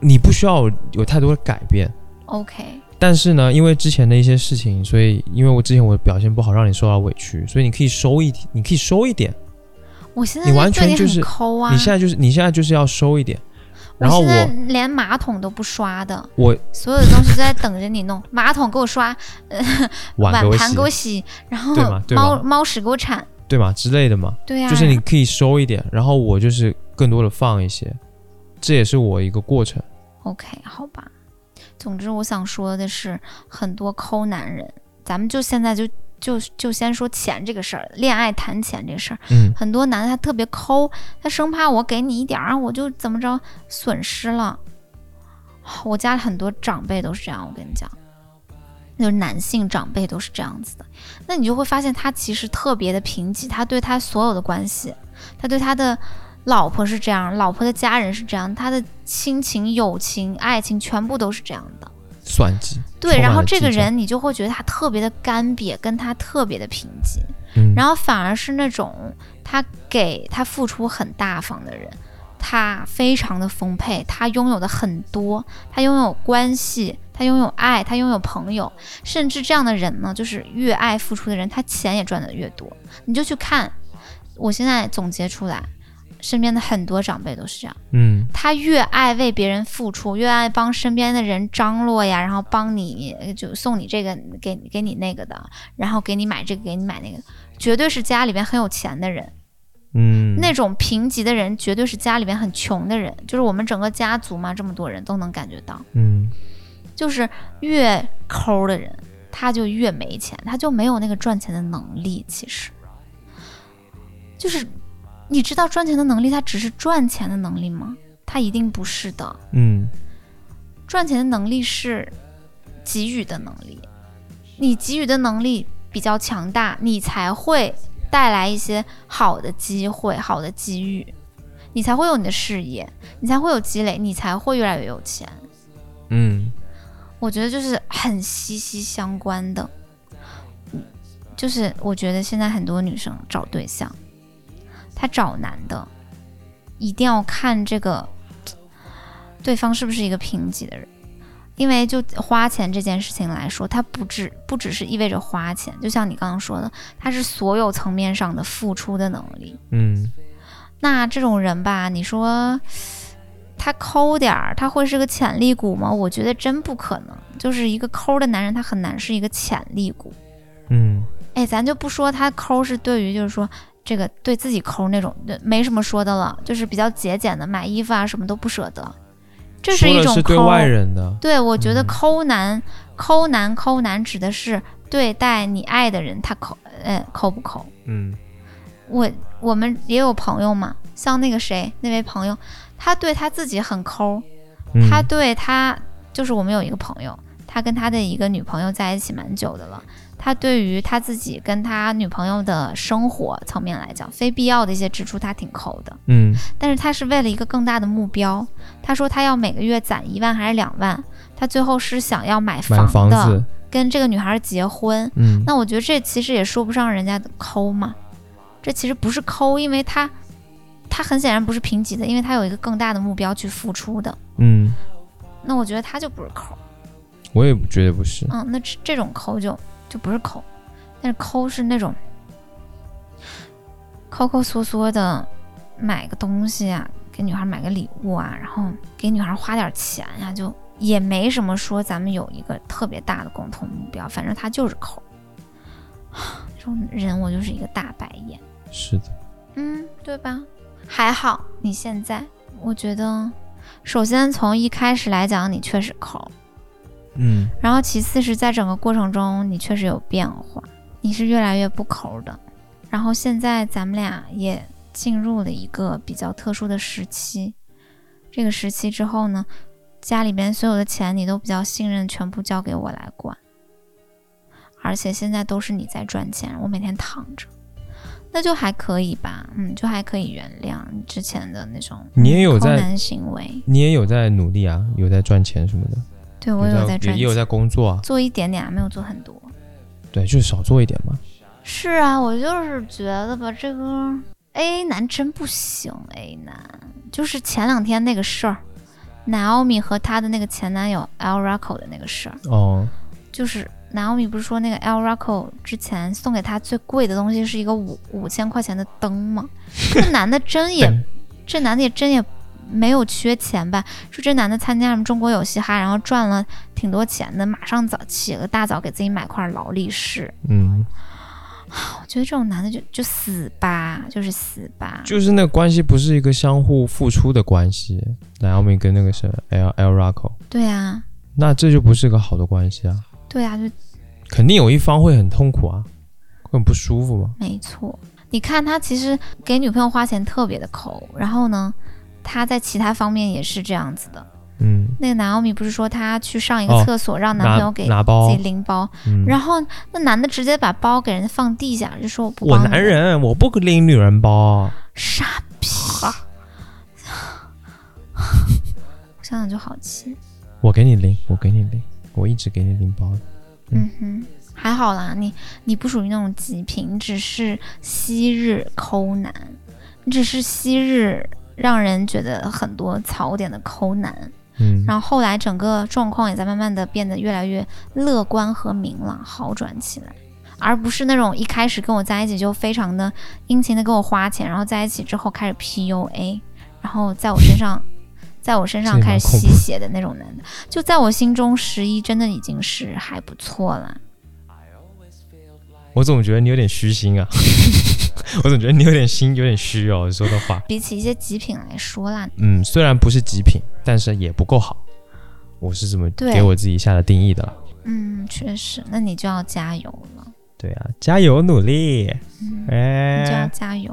你不需要有太多的改变， ，OK，但是呢，因为之前的一些事情，所以因为我之前我的表现不好，让你受到委屈，所以你可以收一，你可以收一点，我现在你完对全就很是抠啊！你现在就是你现在就是要收一点，然后我现在我连马桶都不刷的，我所有的东西都在等着你弄。马桶给我刷， 碗给我盘洗给。我洗，然后对嘛对猫嘛猫屎给我铲。对嘛之类的嘛，对呀、啊就是你可以收一点，然后我就是更多的放一些，这也是我一个过程。 OK，好吧。总之，我想说的是，很多抠男人，咱们就现在就就就先说钱这个事儿，恋爱谈钱这个事儿，嗯，很多男的他特别抠，他生怕我给你一点儿，我就怎么着损失了。啊我家很多长辈都是这样，我跟你讲，就是男性长辈都是这样子的。那你就会发现他其实特别的贫瘠，他对他所有的关系，他对他的老婆是这样，老婆的家人是这样，他的亲情、友情、爱情全部都是这样的。算计。对，充满然后了这计个较，人你就会觉得他特别的干瘪，跟他特别的贫瘠。嗯，然后反而是那种他给他付出很大方的人，他非常的丰沛，他拥有的很多，他拥有关系，他拥有爱，他拥有朋友，甚至这样的人呢，就是越爱付出的人，他钱也赚的越多。你就去看，我现在总结出来，身边的很多长辈都是这样。嗯，他越爱为别人付出，越爱帮身边的人张罗呀，然后帮你呃就送你这个，给给你那个的，然后给你买这个，给你买那个，绝对是家里边很有钱的人。嗯，那种贫瘠的人，绝对是家里边很穷的人。就是我们整个家族嘛，这么多人都能感觉到，嗯，就是越抠的人，他就越没钱，他就没有那个赚钱的能力。其实，就是你知道赚钱的能力，它只是赚钱的能力吗？它一定不是的。嗯，赚钱的能力是给予的能力，你给予的能力比较强大，你才会带来一些好的机会、好的机遇，你才会有你的事业，你才会有积累，你才会越来越有钱。嗯，我觉得就是很息息相关的。嗯，就是我觉得现在很多女生找对象，她找男的，一定要看这个对方是不是一个贫瘠的人。因为就花钱这件事情来说，它不只不只是意味着花钱，就像你刚刚说的，它是所有层面上的付出的能力。嗯，那这种人吧，你说他抠点儿，他会是个潜力股吗？我觉得真不可能。就是一个抠的男人，他很难是一个潜力股。嗯，哎，咱就不说他抠是对于，就是说这个对自己抠那种，对没什么说的了，就是比较节俭的，买衣服啊什么都不舍得，这说一的种是对抠。外人的，对，我觉得嗯抠男、抠男、抠男指的是对待你爱的人，他抠，呃，抠不抠？嗯，我我们也有朋友嘛，像那个谁那位朋友，他对他自己很抠，嗯他对他就是我们有一个朋友，他跟他的一个女朋友在一起蛮久的了。他对于他自己跟他女朋友的生活层面来讲，非必要的一些支出他挺抠的，嗯但是他是为了一个更大的目标。他说他要每个月攒一万还是两万，他最后是想要买买房的，子，跟这个女孩结婚。嗯那我觉得这其实也说不上人家的抠嘛，这其实不是抠，因为他他很显然不是贫瘠的，因为他有一个更大的目标去付出的。嗯，那我觉得他就不是抠，我也觉得不是，嗯，那这这种抠就就不是抠，但是抠是那种抠抠缩缩的买个东西啊，给女孩买个礼物啊，然后给女孩花点钱呀、就也没什么说咱们有一个特别大的共同目标，反正他就是抠。 这种人我就是一个大白眼。是的，嗯，对吧？还好你现在，我觉得，首先从一开始来讲，你确实抠，嗯然后其次是在整个过程中，你确实有变化，你是越来越不抠的。然后现在咱们俩也进入了一个比较特殊的时期，这个时期之后呢，家里边所有的钱你都比较信任，全部交给我来管，而且现在都是你在赚钱，我每天躺着。那就还可以吧，嗯，就还可以原谅你之前的那种你也有在抠男行为，你也有在努力啊，有在赚钱什么的，对我有在赚也有钱，在工作啊，做一点点啊，没有做很多。对，就是少做一点嘛，是啊，我就是觉得吧，这个 A 男真不行，A 男就是前两天那个事儿，Naomi 和她的那个前男友 El Rocco 的那个事儿，哦，就是 Naomi 不是说那个 El Rocco 之前送给她最贵的东西是一个五五千块钱的灯吗？这男的真也对这男的也真也没有缺钱吧？说这男的参加什么中国有嘻哈，然后赚了挺多钱的，马上早起了大早给自己买块劳力士。嗯，我觉得这种男的就就死吧，就是死吧。就是那个关系不是一个相互付出的关系，莱奥米跟那个谁 L L Rocco，对啊，那这就不是个好的关系啊，对啊，就肯定有一方会很痛苦啊，会很不舒服嘛，没错。你看他其实给女朋友花钱特别的抠，然后呢，他在其他方面也是这样子的。嗯，那个男奥米不是说他去上一哦个厕所，让男拿朋友给自拿包己，拎包，嗯，然后那男的直接把包给人家放地下，就说我不我帮你男人，我不拎女人包。傻逼。 我想想就好气。我给你拎，我给你拎，我一直给你拎包的。嗯哼，还好啦，你你不属于那种极品，你只是昔日抠男，你只是昔日让人觉得很多槽点的抠男。嗯，然后后来整个状况也在慢慢的变得越来越乐观和明朗，好转起来，而不是那种一开始跟我在一起就非常呃的殷勤的给我花钱，然后在一起之后开始 PUA，然后在我身上，在我身这上也蛮开始恐怖吸血的那种男的，就在我心中，十一真的已经是还不错啦。我总觉得你有点虚心啊， 我总觉得你有点心有点虚哦，说的话。比起一些极品来说啦，嗯，虽然不是极品，但是也不够好，我是这么对给我自己下的定义的啦。嗯，确实，那你就要加油了，对啊，加油努力！嗯，你就要哎，加油。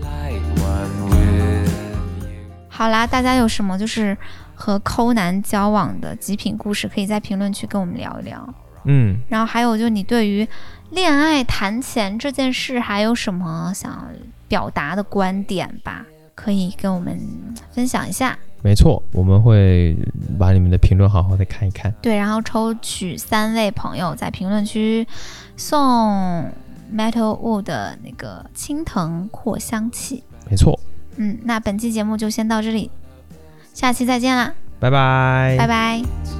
like one with you. 好啦，大家有什么就是和抠男交往的极品故事，可以在评论区跟我们聊一聊。嗯，然后还有就你对于恋爱谈钱这件事，还有什么想要表达的观点吧？可以跟我们分享一下。没错，我们会把你们的评论好好的看一看。对，然后抽取三位朋友在评论区送 Metal Wood 的那个青藤扩香器。没错，嗯，那本期节目就先到这里，下期再见啦，拜拜，拜拜。 to